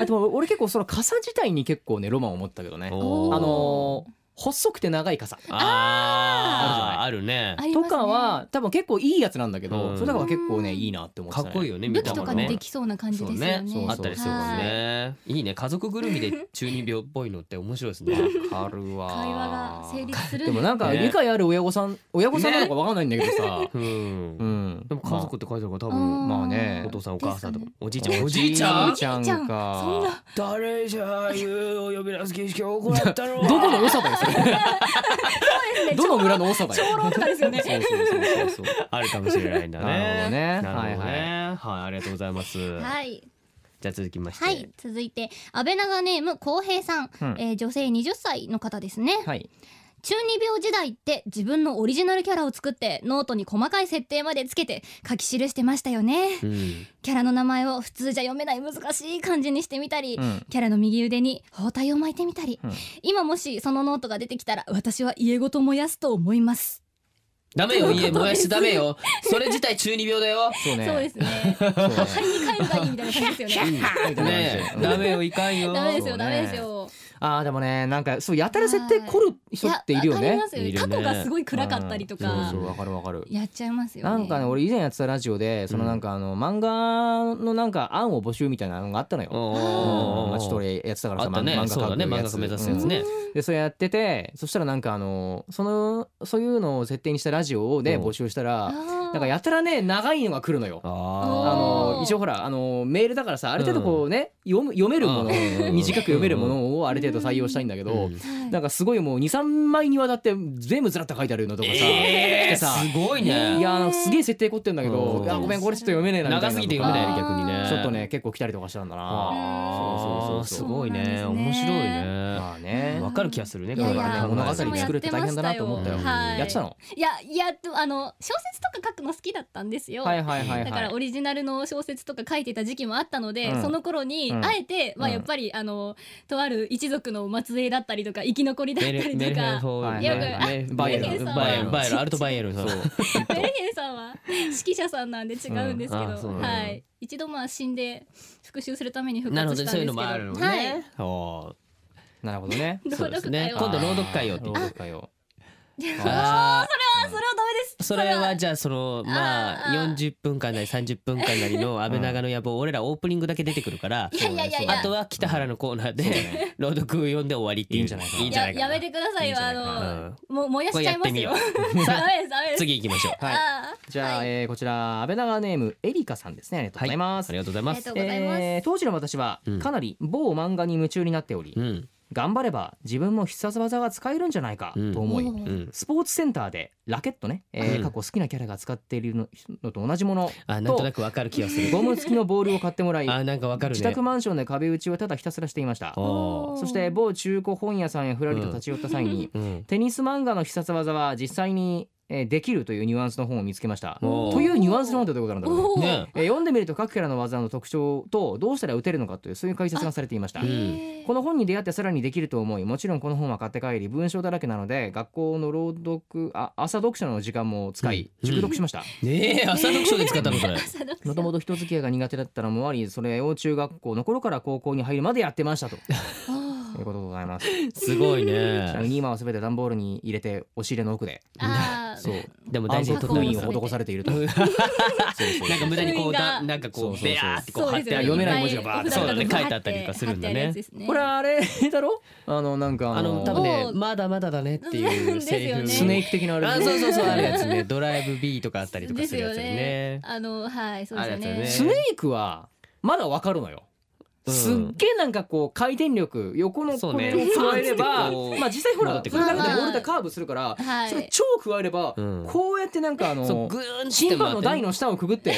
Speaker 4: あでも俺結構その傘自体に結構ねロマンを持ったけどね。
Speaker 3: おー
Speaker 4: あのー細くて長い傘。
Speaker 3: あーあるね
Speaker 6: あり
Speaker 4: と
Speaker 6: ますね
Speaker 4: かは多分結構いいやつなんだけど、
Speaker 3: うん
Speaker 4: それだから結構ねいいなって思って
Speaker 3: か
Speaker 4: た、
Speaker 3: っ
Speaker 4: ね、
Speaker 3: こいいよね見
Speaker 6: 武
Speaker 3: た
Speaker 6: 器と
Speaker 3: も
Speaker 6: か
Speaker 3: ん
Speaker 6: に
Speaker 3: ね
Speaker 6: できそうな感じですよね
Speaker 4: そうね
Speaker 3: あったりするもんねいいね家族ぐるみで中二病っぽいのって面白いですね
Speaker 4: あるわ
Speaker 6: 会話が成立する
Speaker 4: でもなんか
Speaker 3: ね
Speaker 4: 理解ある親御さん親御さんなのかわかんないんだけどさ、
Speaker 3: うん
Speaker 4: うん
Speaker 3: でも家族って書いてあるから多分、
Speaker 4: まあね
Speaker 3: お父さんお母さんとか、
Speaker 6: で
Speaker 3: おじいちゃん
Speaker 4: お
Speaker 3: お
Speaker 4: じ
Speaker 3: じ
Speaker 4: い
Speaker 3: い
Speaker 4: ち
Speaker 3: ち
Speaker 4: ゃ
Speaker 3: ゃ
Speaker 4: ん
Speaker 3: ん
Speaker 6: おじいちゃん
Speaker 4: か
Speaker 6: そんな
Speaker 3: 誰じゃゆうを呼び出す景色を行ったの
Speaker 4: どこの長だよそれ どの村の長だよ
Speaker 6: 長老とか ですよね
Speaker 4: そうそうそうそうそう
Speaker 3: あるかもしれないんだね
Speaker 4: なるほどね
Speaker 3: なるほどねはい、ありがとうございます、
Speaker 6: はい
Speaker 3: じゃあ続きまして、
Speaker 6: はい続いて安倍長ネーム浩平さん、
Speaker 4: うん
Speaker 6: えー女性20歳の方ですね、
Speaker 4: はい
Speaker 6: 中二病時代って自分のオリジナルキャラを作ってノートに細かい設定までつけて書き記してましたよね
Speaker 3: うん、
Speaker 6: キャラの名前を普通じゃ読めない難しい漢字にしてみたり、
Speaker 4: うん
Speaker 6: キャラの右腕に包帯を巻いてみたり、
Speaker 4: うん
Speaker 6: 今もしそのノートが出てきたら私は家ごと燃やすと思います
Speaker 3: ダメよ家燃やしちゃダメよそれ自体中二病だよ
Speaker 4: そうね
Speaker 6: そうです ね。
Speaker 4: そうね
Speaker 6: 針に帰るがいいみたいな感じですよね。
Speaker 3: ねえダメよいかんよ
Speaker 6: ダメですよ、
Speaker 4: そうね
Speaker 6: ダメですよ。
Speaker 4: あーでもねなんかそうやたら設定凝る人っているよ
Speaker 6: やわかり
Speaker 4: ね
Speaker 6: ますよね
Speaker 3: いる
Speaker 6: 過
Speaker 3: ね
Speaker 6: 去がすごい暗かったりと
Speaker 4: うん
Speaker 6: か
Speaker 4: そうそうわかるわかる
Speaker 6: やっちゃいますよね
Speaker 4: なんかね俺以前やってたラジオでそのなんかあの漫画のなんか案を募集みたいなのがあったのよ
Speaker 3: お
Speaker 4: うん
Speaker 3: ー
Speaker 4: まあちょっと俺やってたから
Speaker 3: あ
Speaker 4: さ、
Speaker 3: った
Speaker 4: ま
Speaker 3: ね
Speaker 4: 漫画
Speaker 3: そうだね
Speaker 4: 描
Speaker 3: 漫
Speaker 4: く
Speaker 3: 画家目指すやつね、
Speaker 4: うんでそれやっててそしたらなんかあのそのそういうのを設定にしたラジオで
Speaker 3: うん
Speaker 4: 募集した
Speaker 6: あ
Speaker 4: ら
Speaker 6: ー
Speaker 4: なんかやたらね長いのが来るのよ。
Speaker 3: あ
Speaker 4: あ
Speaker 6: お
Speaker 4: の
Speaker 6: ー
Speaker 4: 一応ほらあのメールだからさある程度こうね、読む読めるもの
Speaker 3: うんうん
Speaker 4: 短く読めるものをある程度採用したいんだけ
Speaker 3: ー
Speaker 4: ど、
Speaker 3: うん
Speaker 6: はい
Speaker 4: なんかすごいもう23枚にわたって全部ずらっと書いてあるのとかさ、来て
Speaker 3: えー、
Speaker 4: さ
Speaker 3: すごいね
Speaker 4: いやなんかすげえ設定凝ってんだけど、
Speaker 3: うん
Speaker 4: いやごめんこれちょっと読めねえなみたいな
Speaker 3: 長すぎて読めないね逆にね
Speaker 4: ちょっとね結構来たりとかしたんだな。
Speaker 3: あ
Speaker 4: そうそうそう
Speaker 3: ー
Speaker 4: そう
Speaker 3: すごいね
Speaker 6: そうなんで
Speaker 3: 面
Speaker 6: すね
Speaker 3: 白いね
Speaker 4: まあね、
Speaker 3: わかる気がするね
Speaker 6: いやいや
Speaker 3: これはね
Speaker 4: 物語
Speaker 6: 私もやっ
Speaker 4: 作るって大変だなと思ったよ。
Speaker 6: てましたよはい
Speaker 4: やってたの。
Speaker 6: いやいやでもあの小説とか書くの好きだったんですよ、
Speaker 4: はいはいはいはい。
Speaker 6: だからオリジナルの小説とか書いてた時期もあったので、
Speaker 4: うん
Speaker 6: その頃に、
Speaker 4: うん
Speaker 6: あえて、まあ、
Speaker 4: うん
Speaker 6: やっぱりあのとある一族の末裔だったりとか生き残りだった
Speaker 3: メル
Speaker 6: り
Speaker 3: メル
Speaker 6: と
Speaker 3: ヘン
Speaker 6: か
Speaker 3: フォー
Speaker 4: はい
Speaker 6: や
Speaker 3: メル
Speaker 6: あ
Speaker 3: メル
Speaker 4: バイエルン
Speaker 3: メル
Speaker 6: バ
Speaker 3: バ
Speaker 6: イ
Speaker 3: イエ
Speaker 6: エルン
Speaker 3: ルバイエ ルアルトバイエルンそう
Speaker 6: メルヘンさんは指揮者さんなんで違うんですけど、
Speaker 3: うんあそうなんだ
Speaker 6: はい、一度まあ死んで復讐するために復
Speaker 3: なるほ
Speaker 6: 活し
Speaker 3: ど
Speaker 6: たんです
Speaker 3: そういう
Speaker 6: けど
Speaker 3: のもあるの
Speaker 6: は
Speaker 3: ね
Speaker 6: い、
Speaker 3: お
Speaker 4: なるほどね。
Speaker 6: 朗
Speaker 3: そうで
Speaker 6: 読
Speaker 3: す
Speaker 6: 会
Speaker 3: ね
Speaker 6: を、
Speaker 3: 今度朗読会をって
Speaker 4: 朗読会を。
Speaker 3: ー
Speaker 4: あ
Speaker 3: あ
Speaker 6: あそれはダメです
Speaker 3: ーそれはじゃあそのまあ
Speaker 6: あー
Speaker 3: 40分間なり30分間なり の安倍長の野望俺らオープニングだけ出てくるから
Speaker 6: いやいやいやいや
Speaker 3: あとは北原のコーナーで朗読を読んで終わりっていう
Speaker 4: いいんじゃないかない
Speaker 3: いんじゃない
Speaker 6: や
Speaker 3: か
Speaker 6: やめてくださ
Speaker 4: い
Speaker 6: いよ
Speaker 4: いんじ
Speaker 6: あ
Speaker 4: ゃないか
Speaker 3: な
Speaker 6: の、もう燃やしちゃいますよ
Speaker 3: こ
Speaker 6: ダメですダメです
Speaker 3: 次行きましょう
Speaker 4: はい
Speaker 6: あー
Speaker 4: じゃあ、えーこちら安倍長ネームエリカさんですね。ありがとうございます
Speaker 3: あり。がとうございま
Speaker 6: あり
Speaker 3: す
Speaker 6: がとうございます、
Speaker 4: えー当時の私は
Speaker 3: うん
Speaker 4: かなり某漫画に夢中になっており、
Speaker 3: うん
Speaker 4: 頑張れば自分も必殺技が使えるんじゃないか
Speaker 3: うん
Speaker 4: と思い、
Speaker 6: うん
Speaker 3: うん
Speaker 4: スポーツセンターでラケットね、えー
Speaker 3: うん
Speaker 4: 過去好きなキャラが使っているののと同じ もの
Speaker 3: あなんとな
Speaker 4: と
Speaker 3: くわかる気がする
Speaker 4: ゴム付きのボールを買ってもらい、
Speaker 3: あなんかわかるね
Speaker 4: 自宅マンションで壁打ちをただひたすらしていました。
Speaker 3: おー
Speaker 4: そして某中古本屋さんへふらりと立ち寄った際に、
Speaker 3: うん
Speaker 4: テニス漫画の必殺技は実際に、えーできるというニュアンスの本を見つけました。
Speaker 3: おー
Speaker 4: というニュアンスの本ってどういうことなんだろうね。
Speaker 6: おー
Speaker 3: ね
Speaker 4: えー読んでみると各キャラの技の特徴とどうしたら打てるのかというそういう解説がされていました
Speaker 3: う。ん
Speaker 6: へー
Speaker 4: この本に出会ってさらにできると思いもちろんこの本は買って帰り文章だらけなので学校の朗読あ朝読書の時間も使い
Speaker 3: うん
Speaker 4: 熟読しました
Speaker 3: ねえ朝読書で使ったの それ
Speaker 6: 朝読書
Speaker 4: もともと人付き合いが苦手だったのもありそれを中学校の頃から高校に入るまでやってましたと
Speaker 6: あ
Speaker 4: いうことでございます
Speaker 3: すごい
Speaker 4: ちなみ
Speaker 3: ね
Speaker 4: に今は全て段ボールに入れて押し入れの奥で
Speaker 6: ーあー
Speaker 4: そう
Speaker 3: でも
Speaker 4: 暗
Speaker 3: 大事
Speaker 4: 黒
Speaker 3: に取
Speaker 4: 封
Speaker 3: っておこ
Speaker 4: 印を
Speaker 6: あ そう
Speaker 4: 施されていると
Speaker 3: うなんか無駄にこうだ
Speaker 6: 封印が
Speaker 3: なんかこ
Speaker 4: そうそう
Speaker 3: う
Speaker 4: そう
Speaker 3: ベラーってこう貼ってある
Speaker 4: そうですよね読めない文字がバーッて
Speaker 3: そうだね書いてあったりとかするんだね
Speaker 4: これあれだろあのなんかあ
Speaker 3: あ
Speaker 4: の
Speaker 3: の多分ね
Speaker 6: おー
Speaker 3: まだまだだねっていうセリフ
Speaker 4: スネーク的なあれ
Speaker 3: あ
Speaker 4: で
Speaker 3: そうそうそうあるやつねドライブ B とかあったりとか
Speaker 6: です
Speaker 3: するや
Speaker 6: よ
Speaker 3: つだよ
Speaker 6: ね
Speaker 3: ね。
Speaker 6: あのはいそうですよ
Speaker 3: あれ
Speaker 6: ね。
Speaker 3: です
Speaker 4: ス
Speaker 3: よ
Speaker 4: ネ
Speaker 3: ね
Speaker 4: ークはまだわかるのよ。
Speaker 3: うん
Speaker 4: すっげえなんかこう回転力横の
Speaker 3: そう
Speaker 4: こ
Speaker 3: ね
Speaker 4: れを加えれば、
Speaker 3: こう
Speaker 4: まあ実際ほ
Speaker 3: 戻
Speaker 4: ら
Speaker 3: って
Speaker 4: 振
Speaker 3: く
Speaker 6: る
Speaker 4: られてボールでカーブするから、
Speaker 6: はい
Speaker 4: それ超加えれば、
Speaker 3: うん
Speaker 4: こうやってなんかあ
Speaker 3: そう
Speaker 4: の
Speaker 3: グーンって
Speaker 4: 審判の台
Speaker 3: の
Speaker 4: の下をくぐって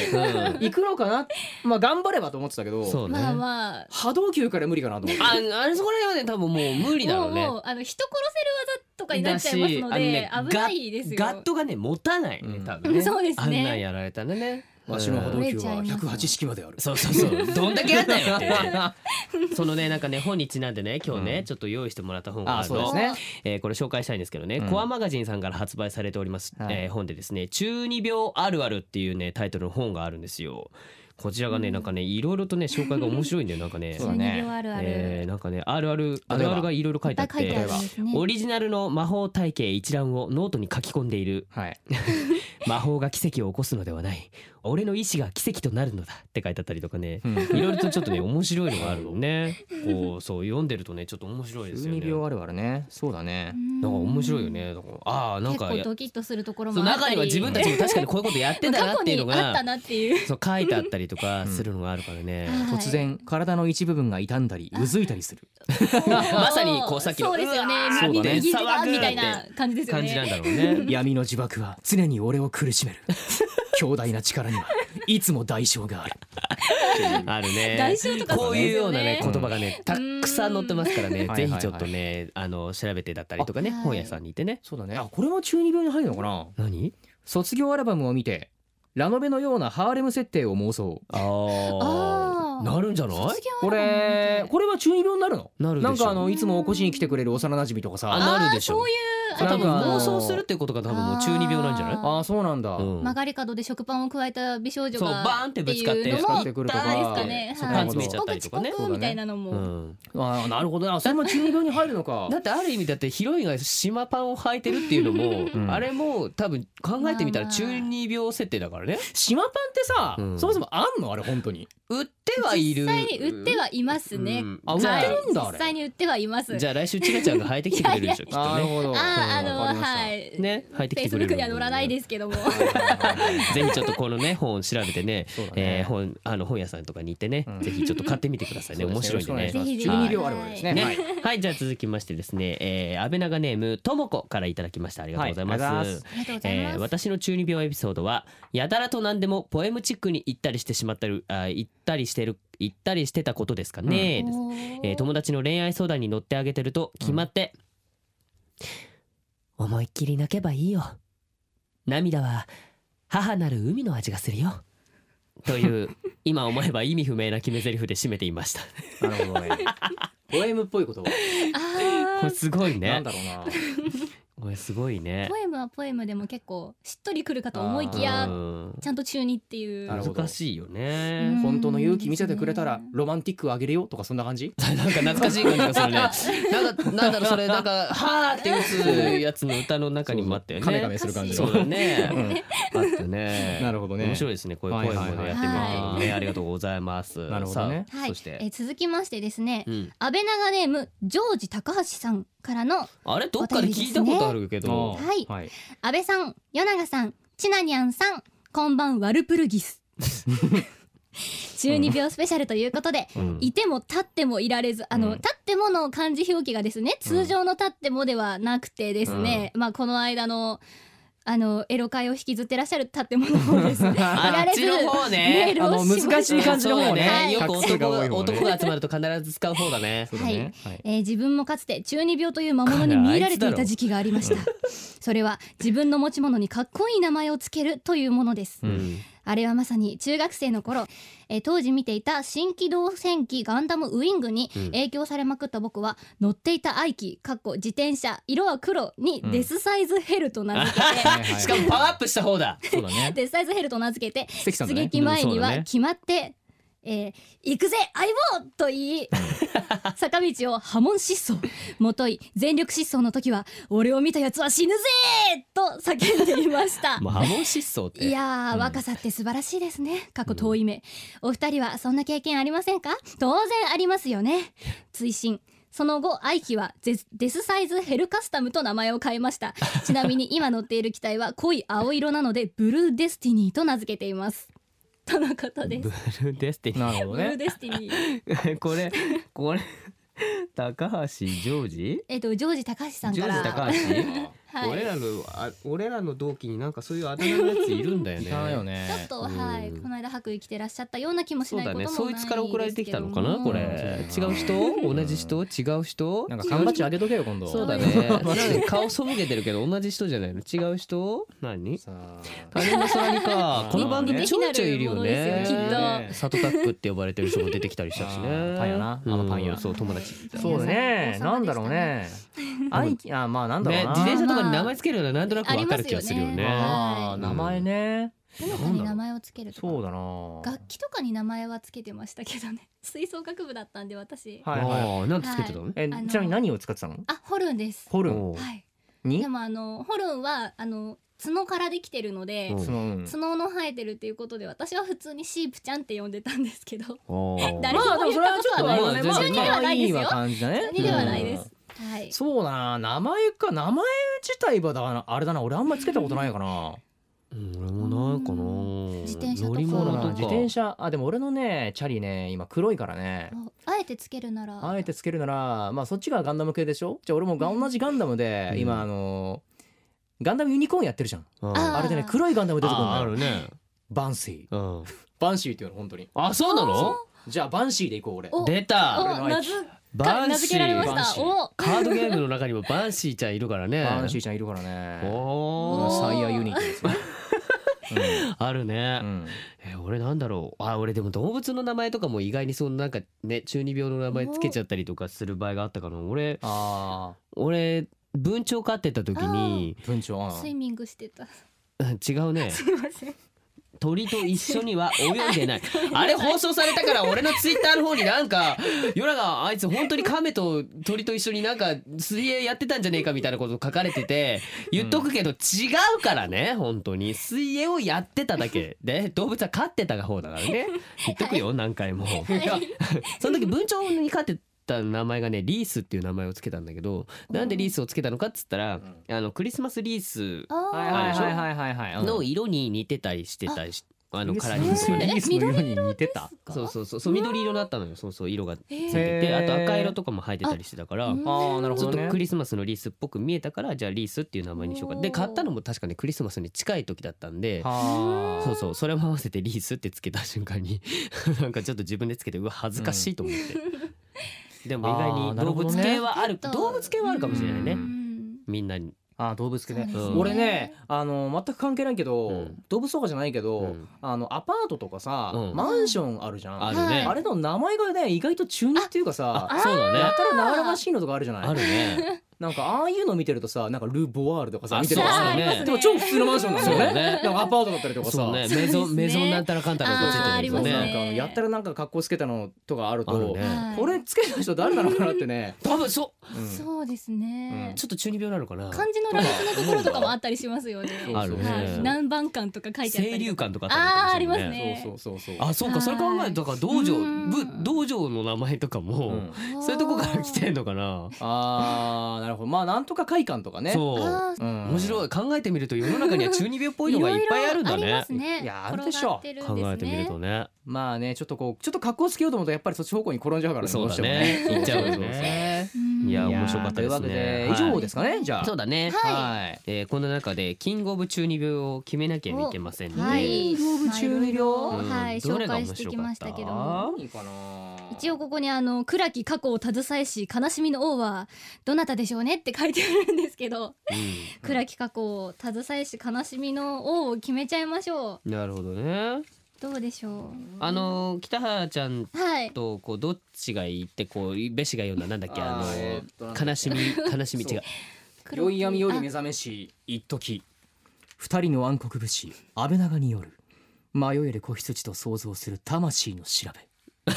Speaker 4: いくのかな、まあ頑張ればと思ってたけ
Speaker 3: そ
Speaker 4: ど
Speaker 3: うね
Speaker 6: まあまあ
Speaker 4: 波動球から無理かなと思って。
Speaker 3: ああれそこら辺はね多分もう無理な
Speaker 6: も
Speaker 3: の
Speaker 6: う
Speaker 3: ね
Speaker 6: もうあの人殺せる技とかになっちゃいますので
Speaker 3: だしあのね
Speaker 6: 危ないですよ。
Speaker 3: ガガットがね持たないね
Speaker 4: うん
Speaker 3: 多分ね
Speaker 6: そうですね
Speaker 3: あんなんやられたらね
Speaker 4: わしの波動球は
Speaker 6: 折れちゃいます
Speaker 4: 108式まである。
Speaker 3: そうそう そうどんだけやったんよっていうそのねなんかね本にちなんでね今日ね、
Speaker 4: うん
Speaker 3: ちょっと用意してもらった本があ
Speaker 4: あ、
Speaker 3: る
Speaker 4: そうで
Speaker 3: の
Speaker 4: すね。
Speaker 3: えーこれ紹介したいんですけどね、
Speaker 4: うん
Speaker 3: コアマガジンさんから発売されております、
Speaker 4: はい
Speaker 3: えー本でですね「中二病あるある」っていうねタイトルの本があるんですよ。こちらがね、なんかねいろいろとね紹介が面白いんだよなんかね
Speaker 4: そうだね
Speaker 6: 12秒あるある。
Speaker 3: えーなんかねあるあるあ
Speaker 4: 例
Speaker 3: る
Speaker 4: えば
Speaker 3: あるがいろいろ書
Speaker 6: いっ
Speaker 3: いて
Speaker 6: ぱ
Speaker 3: あっ
Speaker 6: い書いてある
Speaker 3: て
Speaker 6: んですね。
Speaker 3: オリジナルの魔法体系一覧をノートに書き込んでいる
Speaker 4: はい。
Speaker 3: 魔法が奇跡を起こすのではない俺の意志が奇跡となるのだって書いてあったりとかね
Speaker 4: うん
Speaker 3: いろいろとちょっとね面白いのがあるのねこうそう読んでるとねちょっと面白いですよね
Speaker 4: 12秒あるあるね。そうだね。
Speaker 3: なんか面白いよねだからああなん
Speaker 6: 結
Speaker 3: か
Speaker 6: 構
Speaker 3: や
Speaker 6: ドキッとするところ
Speaker 3: そ
Speaker 6: も
Speaker 3: う
Speaker 6: あった
Speaker 3: 中
Speaker 6: り。
Speaker 3: には自分たちも確かにこういうことやってたな
Speaker 6: 過
Speaker 3: っ
Speaker 6: 去
Speaker 3: ていうの
Speaker 6: にあっ
Speaker 3: が
Speaker 6: たなっていう。
Speaker 3: そう書いてあったりとかするのがあるからね、
Speaker 6: はい
Speaker 4: 突然体の一部分が傷んだりうずいたりする。
Speaker 3: まさにこうさっきの
Speaker 6: そうですよ
Speaker 3: うわ
Speaker 6: ね
Speaker 3: ー。
Speaker 6: 右
Speaker 3: そうだね騒ぐ
Speaker 6: 右手がみたいな感じですよ
Speaker 3: 感じなん
Speaker 6: ね。
Speaker 3: だろうね
Speaker 4: 闇の自爆は常に俺を苦しめる強大な力にはいつも代償がある
Speaker 3: あるね
Speaker 6: 代償とか
Speaker 3: こういうようなね
Speaker 6: そう
Speaker 3: 言
Speaker 6: ですよね
Speaker 3: 葉がねたくさん載ってますからね
Speaker 4: うん
Speaker 3: ぜひちょっとねあの調べてだったりとかね
Speaker 6: あ
Speaker 3: 本屋さんに行ってね
Speaker 4: そうだねあこれも中二病に入るのかな
Speaker 3: 何
Speaker 4: 卒業アルバムを見てラノベのようなハーレム設定を妄想
Speaker 3: あー
Speaker 6: ああ
Speaker 3: なるんじゃない
Speaker 6: 卒業
Speaker 4: こ
Speaker 6: アルバム
Speaker 4: れ
Speaker 6: 見て
Speaker 4: これは中二病になるの
Speaker 3: なるでし
Speaker 4: な
Speaker 3: ょ
Speaker 4: んかあのいつも起こしに来てくれる幼馴染とかさ
Speaker 3: あ
Speaker 4: あ
Speaker 3: なるでしょ
Speaker 6: そういう
Speaker 4: な
Speaker 3: 多
Speaker 4: ん
Speaker 3: 分
Speaker 4: か
Speaker 3: 妄想するってことが多分もう中二病なんじゃない
Speaker 6: あ
Speaker 4: あーそうなんだ、
Speaker 3: うん
Speaker 6: 曲がり角で食パンを加えた美少女
Speaker 3: そう
Speaker 6: が
Speaker 3: バーンってぶつかって
Speaker 6: いうの
Speaker 4: ぶつか
Speaker 6: も
Speaker 4: ってくるとか
Speaker 6: あーですかね
Speaker 4: そう
Speaker 6: はい
Speaker 4: パンツ見
Speaker 3: ちゃったりとかね
Speaker 6: 遅刻みたいなのも、
Speaker 3: うん
Speaker 4: あーなるほどなそれも中二病に入る のか
Speaker 3: だってある意味だってヒロインが島パンを履いてるっていうのも、
Speaker 4: うん
Speaker 3: あれも多分考えてみたら中二病設定だからね
Speaker 4: 島パンってさ、
Speaker 3: うん
Speaker 4: そもそもあんのあれ本当に
Speaker 3: 売ってはいる
Speaker 6: 実際に売ってはいますね、
Speaker 3: うん
Speaker 4: あ売っ
Speaker 3: じゃあ
Speaker 4: てるんだあ
Speaker 6: 実
Speaker 4: れ
Speaker 6: 際に売ってはいます
Speaker 3: じゃあ来週ちなちゃんが履いてきてくれるでしょきっと
Speaker 4: あーなる
Speaker 3: ね
Speaker 4: ほど
Speaker 6: あー
Speaker 4: わ
Speaker 6: あ
Speaker 4: か
Speaker 6: の
Speaker 4: りました
Speaker 6: はい
Speaker 3: ね履いてき
Speaker 6: フェイ
Speaker 3: て
Speaker 6: ス
Speaker 3: く
Speaker 6: ブ
Speaker 3: れ
Speaker 6: ック
Speaker 3: る
Speaker 6: には載らないです けども
Speaker 3: ぜひちょっとこの ね本を調べてね
Speaker 4: そうだね
Speaker 3: えー本あの本屋さんとかに行ってね、
Speaker 4: うん
Speaker 3: ぜひちょっと買ってみてくださいね
Speaker 4: そう
Speaker 3: 面
Speaker 4: です
Speaker 3: 白
Speaker 4: ね
Speaker 3: いんでね
Speaker 4: よろしくお願いします
Speaker 6: ぜひぜひ
Speaker 4: 中二病あるわけですね
Speaker 3: ね
Speaker 4: はい
Speaker 3: はいじゃあ続きましてですね、えー、安倍長ネームともこからいただきましたありがとうございます,、
Speaker 4: はいありがとうござい
Speaker 6: ありがとうござい
Speaker 3: え
Speaker 6: ま
Speaker 3: ー
Speaker 6: す、
Speaker 3: 私の中二病エピソードはやたらと何でもポエムチックに行ったりしてしまったるあ行ったりしてる行ったりしてたことですかね、です
Speaker 6: お
Speaker 3: えー友達の恋愛相談に乗ってあげてると決まって、思いっきり泣けばいいよ涙は母なる海の味がするよという今思えば意味不明な決め台詞で締めていました
Speaker 4: なるほどねポエムっぽいことは
Speaker 6: あ
Speaker 3: これすごい
Speaker 4: なん
Speaker 3: ね
Speaker 4: だろうな
Speaker 3: これすごいね
Speaker 6: ーポエムはポエムでも結構しっとりくるかと思いき
Speaker 3: う
Speaker 6: や
Speaker 3: ん
Speaker 6: ちゃんと中二っていう
Speaker 4: なるほど
Speaker 3: 難しいよね、
Speaker 4: 本当の勇気見せてくれたらロマンティックあげるよとかそんな感じ
Speaker 3: なんか懐かしい感じがするねなんかなんだろうそれなんか「はー」って打つやつの歌の中にもあったよね
Speaker 4: カメカメする感じ
Speaker 3: そ
Speaker 4: の
Speaker 3: うだね。あったね。
Speaker 4: なるほどね
Speaker 3: 面白いですね。こういう声も
Speaker 4: はいはいはい
Speaker 3: やってみるっていうのもね。ありがとうございます。
Speaker 4: なるほどね
Speaker 3: さあ
Speaker 6: はい
Speaker 3: そし
Speaker 6: えー
Speaker 3: て、
Speaker 6: 続きましてですね、
Speaker 3: うん、
Speaker 6: 安倍長ネームジョージ高橋さんからの
Speaker 3: あれどっかで聞いたことあるけど。
Speaker 6: はい
Speaker 4: はい、
Speaker 6: 安倍さん、与永さん、ちなにゃんさん、こんばんワルプルギ ス。12秒スペシャルということで、
Speaker 3: うん
Speaker 6: いても立ってもいられず、あの、
Speaker 4: うん
Speaker 6: 立ってもの漢字表記がですね、通常の立ってもではなくてですね、まあこの間のあのエロ会を引きずってらっしゃる立ってもの方です。い
Speaker 3: あ
Speaker 6: ら
Speaker 3: っ
Speaker 6: れず
Speaker 3: ちの方
Speaker 6: メ
Speaker 3: ね。
Speaker 6: ールをしました
Speaker 4: あの難しい感じの方ね
Speaker 3: はいよく
Speaker 4: 画数が
Speaker 3: 男
Speaker 4: 多
Speaker 3: が
Speaker 4: い方ね
Speaker 3: 男が集まると必ず使う方だね。
Speaker 4: そうだねはい
Speaker 6: えー自分もかつて中二病という魔物に見入られていた時期がありました それは自分の持ち物にかっこいい名前をつけるというものです、
Speaker 3: うん
Speaker 6: あれはまさに中学生の頃、えー当時見ていた新機動戦機ガンダムウィングに
Speaker 3: うん
Speaker 6: 影響されまくった僕は、乗っていた愛機かっこ自転車色は黒にデスサイズヘルと名 付けて、
Speaker 4: はいはい
Speaker 3: しかもパワーアップした方だ。
Speaker 4: そうだね
Speaker 6: デスサイズヘルと名付けて
Speaker 4: 関さん
Speaker 6: 出
Speaker 4: だね
Speaker 6: 撃前に
Speaker 3: うんそうだ
Speaker 6: は
Speaker 3: ね
Speaker 6: 決まって、えー行くぜ相棒と言 い坂道を破門疾走もとい全力疾走の時は俺を見たやつは死ぬぜと叫んでいました
Speaker 3: もう波紋疾走って。
Speaker 6: いやー、若さって素晴らしいですね過去遠い目、お二人はそんな経験ありませんか当然ありますよね追伸その後愛機はデスデスサイズヘルカスタムと名前を変えました ちなみに今乗っている機体は濃い青色なのでブルーデスティニーと名付けていますとのことです
Speaker 3: ブルーデスティニー
Speaker 4: なるほ
Speaker 6: ブ
Speaker 4: ど
Speaker 6: ル
Speaker 4: ね
Speaker 6: ーデスティ ニー
Speaker 3: これこれ高橋ジョージ？
Speaker 6: えっとジョージ高橋さん
Speaker 3: ジョ
Speaker 6: から
Speaker 3: ージ高橋。
Speaker 6: はい
Speaker 3: 俺らのあ俺らの同期になんかそういうあだ名のやついるんだよね。
Speaker 4: いかんよね
Speaker 6: ちょっと、はい
Speaker 3: うん
Speaker 6: この間白衣着てらっしゃったような気もし
Speaker 3: そう
Speaker 6: ないこ
Speaker 3: だ
Speaker 6: とも
Speaker 3: ね。
Speaker 6: ない
Speaker 3: そいつから送られてきたのかな
Speaker 6: ですけども
Speaker 3: こ
Speaker 4: うん
Speaker 3: れ。違う人？同じ人？違う人
Speaker 4: な？んか缶バッジあげとけよ今度
Speaker 3: そうだね。なんか顔そむけてるけど同じ人じゃないの？違う人？何？
Speaker 4: さあ
Speaker 3: 他人の空にか。この番組ちょいちょいいるよね。
Speaker 6: 気になるもの
Speaker 4: ですよきっと
Speaker 3: サトタックって呼ばれてる人も出てきたりしたしね。
Speaker 4: あーパンやなあのパンや
Speaker 3: うんそう友達。
Speaker 4: そうだねなんだろうね愛機あまあなんだろう
Speaker 3: ね
Speaker 4: な、
Speaker 3: 自転車とかに名前つけるのはなんとなくわかる気がするよ
Speaker 6: ありますよ
Speaker 3: ね
Speaker 6: ね。
Speaker 4: あー
Speaker 3: い
Speaker 4: 名前ね
Speaker 6: どのかに名前をつけるとか
Speaker 4: そうだな
Speaker 6: 楽器とかに名前はつけてましたけどね 吹奏楽部だったんで私
Speaker 4: はいはい
Speaker 3: ああ、なんてつけてたの？
Speaker 4: え
Speaker 6: あの
Speaker 4: ちなみに何を使ってたの
Speaker 6: あホルンです
Speaker 4: ホルン
Speaker 3: おう
Speaker 6: はい
Speaker 4: に
Speaker 6: でもあのホルンはあの角からできてるので
Speaker 3: うん
Speaker 4: そのうん
Speaker 6: 角の生えてるっていうことで私は普通にシープちゃんって呼んでたんですけど
Speaker 3: おう
Speaker 6: 誰も言ったことはない
Speaker 3: まあでもそれはちょっとあれだね
Speaker 6: 中二ではないですよ
Speaker 4: 可愛感じだね
Speaker 6: 中二ではないですはい
Speaker 4: そうだな名前か名前自体はだからあれだな俺あんまりつけたことないかな
Speaker 3: うん俺もないかな。
Speaker 6: 自転車と
Speaker 3: 乗
Speaker 6: か
Speaker 3: り
Speaker 4: そう
Speaker 3: 物
Speaker 4: だ
Speaker 3: とか
Speaker 4: な自転車あでも俺のねチャリね今黒いからね
Speaker 6: ああえてつけるなら
Speaker 4: あえてつけるならまあそっちがガンダム系でしょじゃあ俺もが同じガンダムで
Speaker 3: うん
Speaker 4: 今あのガンダムユニコーンやってるじゃん
Speaker 3: うん
Speaker 6: あー
Speaker 4: あれでね黒いガンダム出てくるん
Speaker 3: あ
Speaker 4: だ
Speaker 3: あ
Speaker 4: よ
Speaker 3: るね。
Speaker 4: バンシー
Speaker 3: うん。
Speaker 4: バンシーっていうの本当に
Speaker 3: あ、そうなの？
Speaker 4: じゃあバンシーで行こう俺
Speaker 6: お
Speaker 3: 出た。
Speaker 6: お名付
Speaker 3: バン
Speaker 6: 名付
Speaker 3: シ
Speaker 6: けられま
Speaker 3: ー。
Speaker 6: した
Speaker 4: バンシー
Speaker 6: お
Speaker 3: カードゲームの中にもバンシーちゃんいるからね。
Speaker 4: バンシーちゃんいるからね
Speaker 3: お
Speaker 4: これは
Speaker 3: お。
Speaker 4: サイヤユニットですね
Speaker 3: あるね、
Speaker 4: うんうん
Speaker 3: えー俺なんだろうあ俺でも動物の名前とかも意外にそのなんかね中二病の名前つけちゃったりとかする場合があったかな俺
Speaker 4: あ
Speaker 3: 俺文鳥飼ってた時に
Speaker 4: ー文鳥うん
Speaker 6: スイミングしてた
Speaker 3: 違うね
Speaker 6: すいません
Speaker 3: 鳥と一緒には泳いで ないあれ放送されたから俺のツイッターの方になんかヨナがあいつ本当に亀と鳥と一緒になんか水泳やってたんじゃねえかみたいなこと書かれてて言っとくけど違うからね本当に水泳をやってただけ で動物は飼ってた方だからね言っとくよ何回も、いやその時文鳥に飼ってた名前がねリースっていう名前をつけたんだけどなんでリースをつけたのかっつったら、あのクリスマスリース
Speaker 4: はい
Speaker 6: あ
Speaker 4: はいはいはいはいはいうん
Speaker 3: の色に似てたりしてたりしあのカラーリング
Speaker 4: ス
Speaker 3: するね。
Speaker 4: リースの色に似てた
Speaker 3: そうそうそうそう緑色になったのよそうそう色がついて
Speaker 4: へ
Speaker 3: て
Speaker 4: ー
Speaker 3: あと赤色とかも生えてたりしてたから
Speaker 6: あうん
Speaker 4: ああなるほ
Speaker 3: ちょ
Speaker 4: ど
Speaker 3: っと
Speaker 4: ね
Speaker 3: クリスマスのリースっぽく見えたからじゃあリースっていう名前にしようかで
Speaker 6: おー
Speaker 3: 買ったのも確かにクリスマスに近い時だったんで
Speaker 4: は
Speaker 3: そうそうそれも合わせてリースってつけた瞬間に なんかちょっと自分でつけてうわ恥ずかしいと思って、 でも意外
Speaker 4: あー
Speaker 3: に
Speaker 4: なる
Speaker 3: 動
Speaker 4: ほど
Speaker 3: 物
Speaker 4: ね
Speaker 3: 系はある
Speaker 6: ペット
Speaker 3: 動物系はあるかもしれないうね
Speaker 4: ん
Speaker 3: みんなに、
Speaker 4: ああー動物系ね
Speaker 6: そうです
Speaker 3: ね
Speaker 4: 俺ねあの全く関係ないけど、
Speaker 3: うん
Speaker 4: 動物とかじゃないけど、
Speaker 3: うん
Speaker 4: あのアパートとかさ、
Speaker 3: うん
Speaker 4: マンションあるじゃん、
Speaker 3: あ
Speaker 4: あ
Speaker 3: るね、
Speaker 6: はい
Speaker 4: れの名前がね意外と中二っていうかさ
Speaker 3: あそうだね
Speaker 4: やたら長々しいのとかあるじゃない
Speaker 3: ある ね
Speaker 4: なんかああいうの見てるとさなんかル・ボワールとかさ
Speaker 3: あ
Speaker 4: 見てる
Speaker 3: そ
Speaker 4: と
Speaker 3: う
Speaker 4: さ、
Speaker 3: だね
Speaker 4: でも超普通のマンションなんだよ
Speaker 3: そう
Speaker 4: ね
Speaker 3: ね
Speaker 4: なんかアパートだったりとか
Speaker 3: そ
Speaker 4: さ
Speaker 3: うねメゾン
Speaker 6: そうで
Speaker 3: メ
Speaker 6: すね
Speaker 3: ゾンなんたらかんたらとかついて
Speaker 6: あーあり
Speaker 3: る
Speaker 6: ま
Speaker 3: と
Speaker 6: す
Speaker 3: ね
Speaker 6: ね
Speaker 4: なんかやったらなんか格好つけたのとかある
Speaker 3: ある
Speaker 4: と
Speaker 3: ね
Speaker 6: はい
Speaker 4: これつけた人誰なのかなってね、
Speaker 3: 多分そう
Speaker 4: うん
Speaker 6: そうですね、
Speaker 4: うん
Speaker 3: ちょっと中二病なのかな。
Speaker 6: 漢字の羅列のところとかもあったりしますよね。
Speaker 4: うん
Speaker 3: あるね
Speaker 6: はい何番間とか書いてあった
Speaker 3: 清
Speaker 6: り
Speaker 3: 流
Speaker 6: とか。
Speaker 3: 感とか
Speaker 6: あーあ
Speaker 3: った
Speaker 6: り
Speaker 3: のか
Speaker 6: ま
Speaker 3: もしれな
Speaker 6: す
Speaker 3: いね。
Speaker 4: そう
Speaker 6: ね。
Speaker 4: そうそうそう
Speaker 3: あ、そうか、それ考えたら、道場、
Speaker 6: うん
Speaker 3: ぶ、道場の名前とか
Speaker 4: う
Speaker 3: も
Speaker 4: ん。
Speaker 3: そういうとこから来てんのかな。
Speaker 4: あーなるほどまあなんとか会館とかね
Speaker 3: そう。
Speaker 6: あー
Speaker 4: う、ん、
Speaker 3: 面白い、考えてみると、世の中には中二病っぽいのがいっぱいあるんだ
Speaker 6: ろろありま
Speaker 3: ね
Speaker 6: す。ね。
Speaker 4: いやあるでしょ
Speaker 6: 転がって
Speaker 3: 考
Speaker 6: るんですね
Speaker 3: えてみるとね。
Speaker 4: まあねちょっとこうちょっと格好つけようと思うとやっぱりそっち方向に転んじゃうから
Speaker 3: そうだ
Speaker 4: ど
Speaker 3: ね
Speaker 4: しても
Speaker 3: 行っちゃうよね
Speaker 4: そうそうそう
Speaker 6: うん
Speaker 3: いや
Speaker 4: いやー
Speaker 3: 面白かったですね
Speaker 4: というわけ
Speaker 3: は
Speaker 4: で
Speaker 3: い
Speaker 4: 以上ですかねじゃあ
Speaker 3: そうだね。
Speaker 4: はい
Speaker 3: えーこの中で、キングオブ中二病を決めなきゃいけません
Speaker 6: は
Speaker 3: ね。
Speaker 6: い。
Speaker 4: 動物中二病
Speaker 6: うんはい、
Speaker 3: どれ
Speaker 6: 紹
Speaker 3: が
Speaker 6: 介
Speaker 3: 面
Speaker 6: して
Speaker 3: 白
Speaker 6: き
Speaker 3: かった
Speaker 6: ましたけども。
Speaker 4: 何かな
Speaker 6: 一応ここにあの暗き過去を携えし悲しみの王はどなたでしょうねって書いてあるんですけど、暗き過去を携えし悲しみの王を決めちゃいましょう
Speaker 3: うんなるほどね。
Speaker 6: どうでしょ
Speaker 3: あのー、北原ちゃん
Speaker 6: うはい
Speaker 3: とこうどっちがいいってこうべしが言うのはなんだっけあ
Speaker 4: あ
Speaker 3: の
Speaker 4: ーえーっとなんだっけ
Speaker 3: 悲 しみ悲しみ違う
Speaker 4: 酔い闇より目覚めし一時二人の暗黒武士安倍長による迷える子羊と想像する魂の調べ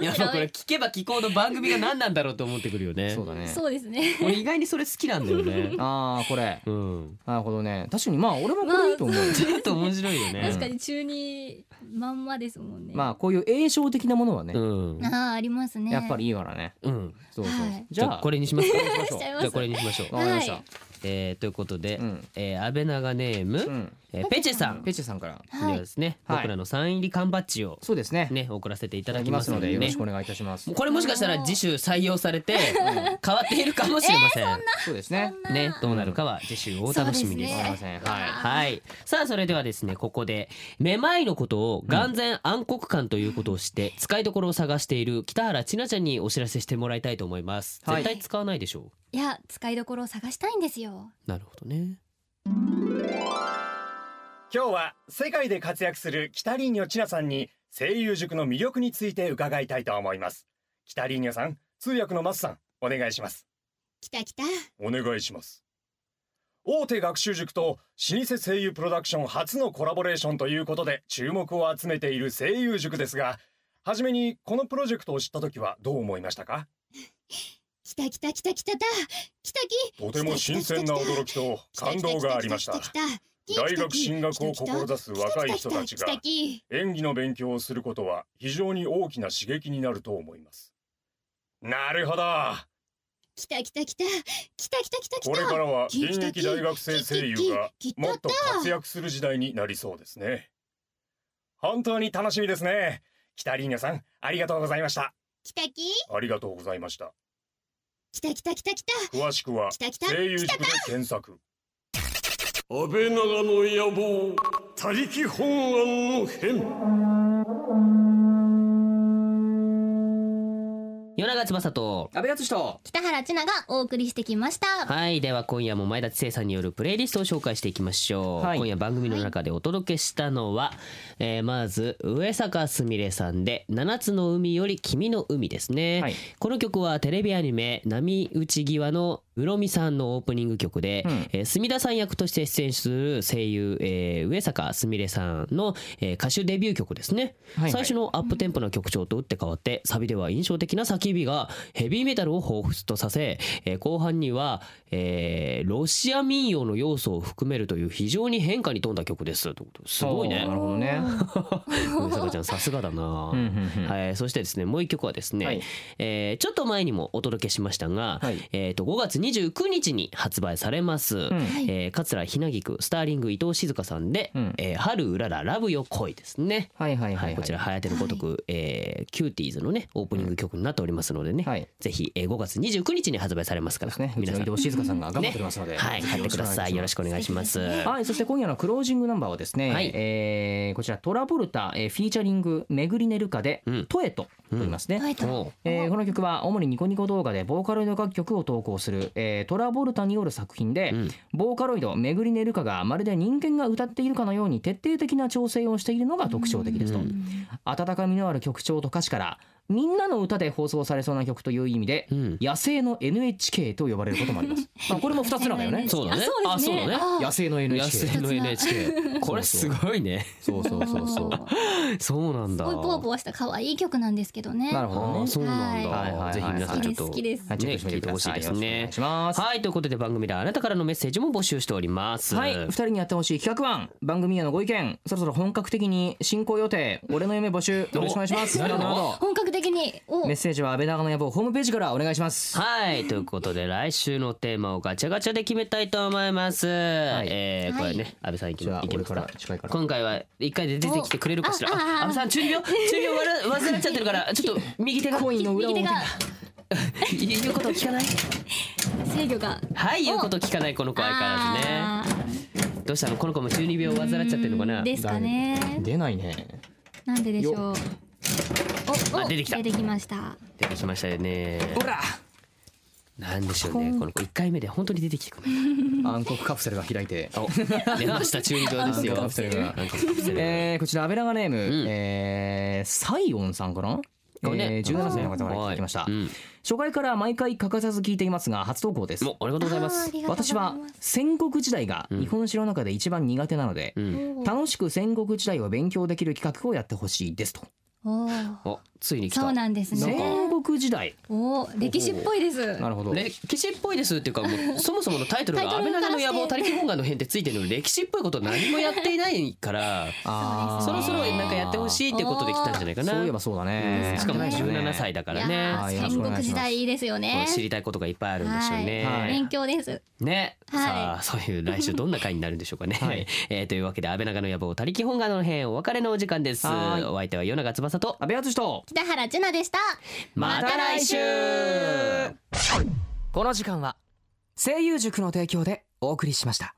Speaker 3: いやもうこれ聞けば聞こうの番組が何なんだろうと思ってくるよね
Speaker 4: そうだね
Speaker 6: そうですね
Speaker 3: 俺意外にそれ好きなんだよ ね
Speaker 4: ああこれ
Speaker 3: うん
Speaker 4: なるほどね確かにまあ俺もこれいいと思う、
Speaker 3: ちょっと面白いよ
Speaker 6: 確
Speaker 3: ね
Speaker 6: かに中二まんまですもんね。
Speaker 4: まあこういう栄唱的なものはね、
Speaker 3: うん
Speaker 6: ああありますね。
Speaker 4: やっぱりいいからね
Speaker 3: うん
Speaker 4: そうそうそう、
Speaker 6: はい
Speaker 3: じゃあこれにし ますかじ
Speaker 6: しちゃいます
Speaker 3: ゃあこれにしましょう
Speaker 4: わかりました、
Speaker 6: はい
Speaker 3: えーということで
Speaker 4: うん
Speaker 3: えー安倍長ネー
Speaker 4: う
Speaker 3: ム
Speaker 4: ん
Speaker 3: えーペチェさん
Speaker 4: ペチェさんから
Speaker 3: ではですね
Speaker 4: はい
Speaker 3: 僕らのサイン入り缶バッジを
Speaker 4: そうですね
Speaker 3: ね送らせていた
Speaker 4: いた
Speaker 3: だ
Speaker 4: だ
Speaker 3: き
Speaker 4: き
Speaker 3: ま
Speaker 4: ますす
Speaker 3: の
Speaker 4: の
Speaker 3: で
Speaker 4: でよろ
Speaker 3: ね
Speaker 4: しくお願いいたします、
Speaker 3: これもしかしたら次週採用されて変わっているかもしれません。
Speaker 4: そうですね
Speaker 3: ね、どうなるかは次週お楽しみです。
Speaker 6: そうです
Speaker 4: ねはい
Speaker 3: はい。さあ、それではですね、ここで、めまいのことを眼前暗黒感ということをして、使いどころを探している北原千奈ちゃんにお知らせしてもらいたいと思います。
Speaker 4: はい
Speaker 3: 絶対使わないでしょ
Speaker 6: いや使いどころを探したいんですよ。
Speaker 3: う。なるほどね。
Speaker 2: 今日は世界で活躍するキタリーニョチナさんに声優塾の魅力について伺いたいと思います。キタリーニョさん、通訳のマスさん、お願いします。
Speaker 6: きたきた。
Speaker 2: お願いします。大手学習塾と老舗声優プロダクション初のコラボレーションということで注目を集めている声優塾ですが、はじめにこのプロジェクトを知った時はどう思いましたか
Speaker 8: きたきたきたきただきたき
Speaker 2: とても新鮮な驚きと感動がありました。大学進学を志す若い人たちが
Speaker 8: きたき
Speaker 2: 演技の勉強をすることは非常に大きな刺激になると思います。なるほど。
Speaker 8: きたきたきたきたきたきたきた
Speaker 2: これからは
Speaker 8: き
Speaker 2: 現役大学生声優が
Speaker 8: ききききき
Speaker 2: もっと活躍する時代になりそうですね。本当に楽しみですね。キタリーニャさん、ありがとうございました。
Speaker 8: きたき
Speaker 2: ありがとうございました。
Speaker 8: きたきたきたきた
Speaker 2: 詳しくは
Speaker 8: きたきた
Speaker 2: 声優塾で検索。
Speaker 9: 安倍長の野望他力本願の変
Speaker 3: 夜長翼と
Speaker 7: 安倍敦人
Speaker 6: 北原千奈がお送りしてきました
Speaker 3: はいでは今夜も前田知世さんによるプレイリストを紹介していきましょう、
Speaker 4: はい
Speaker 3: 今夜番組の中でお届けしたのは、えーまず上坂すみれさんで「七つの海より君の海」ですね、
Speaker 4: はい
Speaker 3: この曲はテレビアニメ「波打ち際」の室見さんのオープニング曲で、
Speaker 4: うん
Speaker 3: えー墨田さん役として出演する声優、えー上坂すみれさんの、えー歌手デビュー曲ですね、
Speaker 4: はい
Speaker 3: 最初のアップテンポの曲調と打って変わってサビでは印象的な叫びがヘビーメタルを彷彿とさせ、えー後半には、えーロシア民謡の要素を含めるという非常に変化に富んだ曲ですということですごい
Speaker 4: おーな
Speaker 3: ね
Speaker 4: るほどね
Speaker 3: 上坂ちゃんさすがだな、
Speaker 4: うんうんうん
Speaker 3: はい、そしてですねもう一曲はですね、
Speaker 4: はい
Speaker 3: えーちょっと前にもお届けしましたが、
Speaker 4: はい
Speaker 3: えー、と5月29日に発売されます、えー桂ひなぎくスターリング伊藤静香さんで「
Speaker 4: うん
Speaker 3: えー春うららラブよ恋」ですね。
Speaker 4: はいはい
Speaker 3: は
Speaker 4: はいい
Speaker 3: こちら「はてのごとく、えーキューティーズ」のねオープニング曲になっておりますのでね、
Speaker 4: はい
Speaker 3: ぜひ、えー、5月29日に発売されますから
Speaker 4: ですねうち
Speaker 3: 皆
Speaker 4: の
Speaker 3: さ
Speaker 4: 伊
Speaker 3: ん
Speaker 4: 藤静香さんが頑張っておりますので、
Speaker 3: はい買ってくださいよろしくお願いします。
Speaker 4: はい、そして今夜のクロージングナンバーはですね、
Speaker 3: はい
Speaker 4: えーこちらトラボルタ、えーフィーチャリング「めぐりねるか」で
Speaker 3: うん
Speaker 4: 「トエト」と言いますね、
Speaker 6: はい
Speaker 3: おう
Speaker 4: えーこの曲は主にニコニコ動画でボーカロイド楽曲を投稿する、えートラボルタによる作品で、
Speaker 3: うん
Speaker 4: ボーカロイド「めぐりねるか」がまるで人間が歌っているかのように徹底的な調整をしているのが特徴的ですと、
Speaker 3: うん
Speaker 4: 温かみのある曲調と歌詞からみんなの歌で放送されそうな曲という意味で、
Speaker 3: うん
Speaker 4: 野生の NHK と呼ばれることもあ ります、まあ、これも2つなんだよね
Speaker 3: そうだね
Speaker 6: あそうですね
Speaker 3: あ
Speaker 6: あ
Speaker 4: 野生の
Speaker 3: 野
Speaker 4: NHK
Speaker 3: 生の NHK これすごいね
Speaker 4: そうそうそうそう
Speaker 3: そうなん
Speaker 6: す
Speaker 3: だ
Speaker 6: ごいポワポワした可愛い曲なんですけどね
Speaker 4: なるほどね
Speaker 3: あーそうなんだ、
Speaker 4: はいはいはい
Speaker 3: ぜひ皆さんちょっと
Speaker 6: 好きです
Speaker 4: はい、チェックしてみてくださ
Speaker 3: ね聞
Speaker 4: い。
Speaker 3: いてほしいですね
Speaker 4: よろしくお願いします。
Speaker 3: はいということで番組ではあなたからのメッセージも募集しております
Speaker 4: はい、二人にやってほしい企画案、番組へのご意見、そろそろ本格的に進行予定、俺の夢募集、よろしくお願いします。なるほ
Speaker 6: 本格的にお
Speaker 4: ど。メッセージは安倍長の野望ホームページからお願いします。
Speaker 3: はいということで来週のテーマをガチャガチャで決めたいと思います、えーこれね安倍さんいき
Speaker 4: じゃ
Speaker 3: ま
Speaker 4: あ
Speaker 3: いき
Speaker 4: 俺
Speaker 3: ます
Speaker 4: から
Speaker 3: か
Speaker 4: 近いから。
Speaker 3: 今回は一回で出てきてくれるかしら
Speaker 6: おああ
Speaker 3: あ安倍さん中二病中二病わらわずらっちゃってる からちょっと右手が
Speaker 4: コインの裏
Speaker 6: 右
Speaker 4: を
Speaker 6: 手
Speaker 4: 見て
Speaker 6: が
Speaker 3: 言うことを聞かない
Speaker 6: 制御が
Speaker 3: はい言うことを聞かないこの子相変わらずね
Speaker 6: あー
Speaker 3: どうしたのこの子も中二病を患っちゃってるのかな
Speaker 6: ですかね
Speaker 4: 出ないね。
Speaker 6: なんででしょうおお
Speaker 3: あ出てきた
Speaker 6: ました
Speaker 3: 出てきましたよね
Speaker 4: ほら、
Speaker 3: なんでしょうねこの子一回目で本当に出てきてくれない
Speaker 4: 暗黒カプセルが開いて。
Speaker 3: 出ました中二病ですよ
Speaker 4: 暗黒カプセルが
Speaker 3: 暗黒カプセル
Speaker 4: えー、こちら安倍長ネーム、えーサイオンさんかな。
Speaker 3: これね
Speaker 4: えー、17歳の方からいただきました、
Speaker 3: うん
Speaker 4: 初回から毎回欠かさず聞いていますが初投稿です
Speaker 3: もうありがとうございます
Speaker 6: あーありがとうござ
Speaker 4: 私
Speaker 6: いま
Speaker 4: は戦国時代が日本史の中で一番苦手なので、
Speaker 3: うん
Speaker 4: 楽しく戦国時代を勉強できる企画をやってほしいですと。
Speaker 6: おお
Speaker 3: おついに来た
Speaker 6: そうなんですね
Speaker 4: 戦国時代。
Speaker 6: おお歴史っぽいです
Speaker 4: なるほど。
Speaker 3: 歴史っぽいですっていうかも うそもそものタイトルが「
Speaker 6: タ
Speaker 3: 安
Speaker 6: イト
Speaker 3: 倍
Speaker 6: ル
Speaker 3: 長の野望
Speaker 6: か
Speaker 3: 他
Speaker 6: ら
Speaker 3: 力本願の変」ってついてるのに歴史っぽいこと何もやっていないから
Speaker 4: あー
Speaker 3: そろそろなんかやってほしいってことで来たんじゃないかな
Speaker 4: そういえばそうだね。
Speaker 3: しかも
Speaker 4: やってないね
Speaker 3: 17歳だから
Speaker 6: いや
Speaker 3: ね
Speaker 4: はい
Speaker 6: ー戦国時代いいですよね
Speaker 3: 知りたいことがいっぱいあるんでしょうね。
Speaker 4: はいはい
Speaker 6: 勉強です
Speaker 3: ね、
Speaker 6: はい
Speaker 3: さあそういう来週どんな回になるんでしょうかね。
Speaker 4: はい
Speaker 3: えーというわけで安倍長の野望他力本願の編お別れのお時間です。
Speaker 4: はい
Speaker 3: お相手は与永翼と
Speaker 4: 安倍敦と。
Speaker 6: 北原千奈でした
Speaker 3: また来週
Speaker 7: この時間は声優塾の提供でお送りしました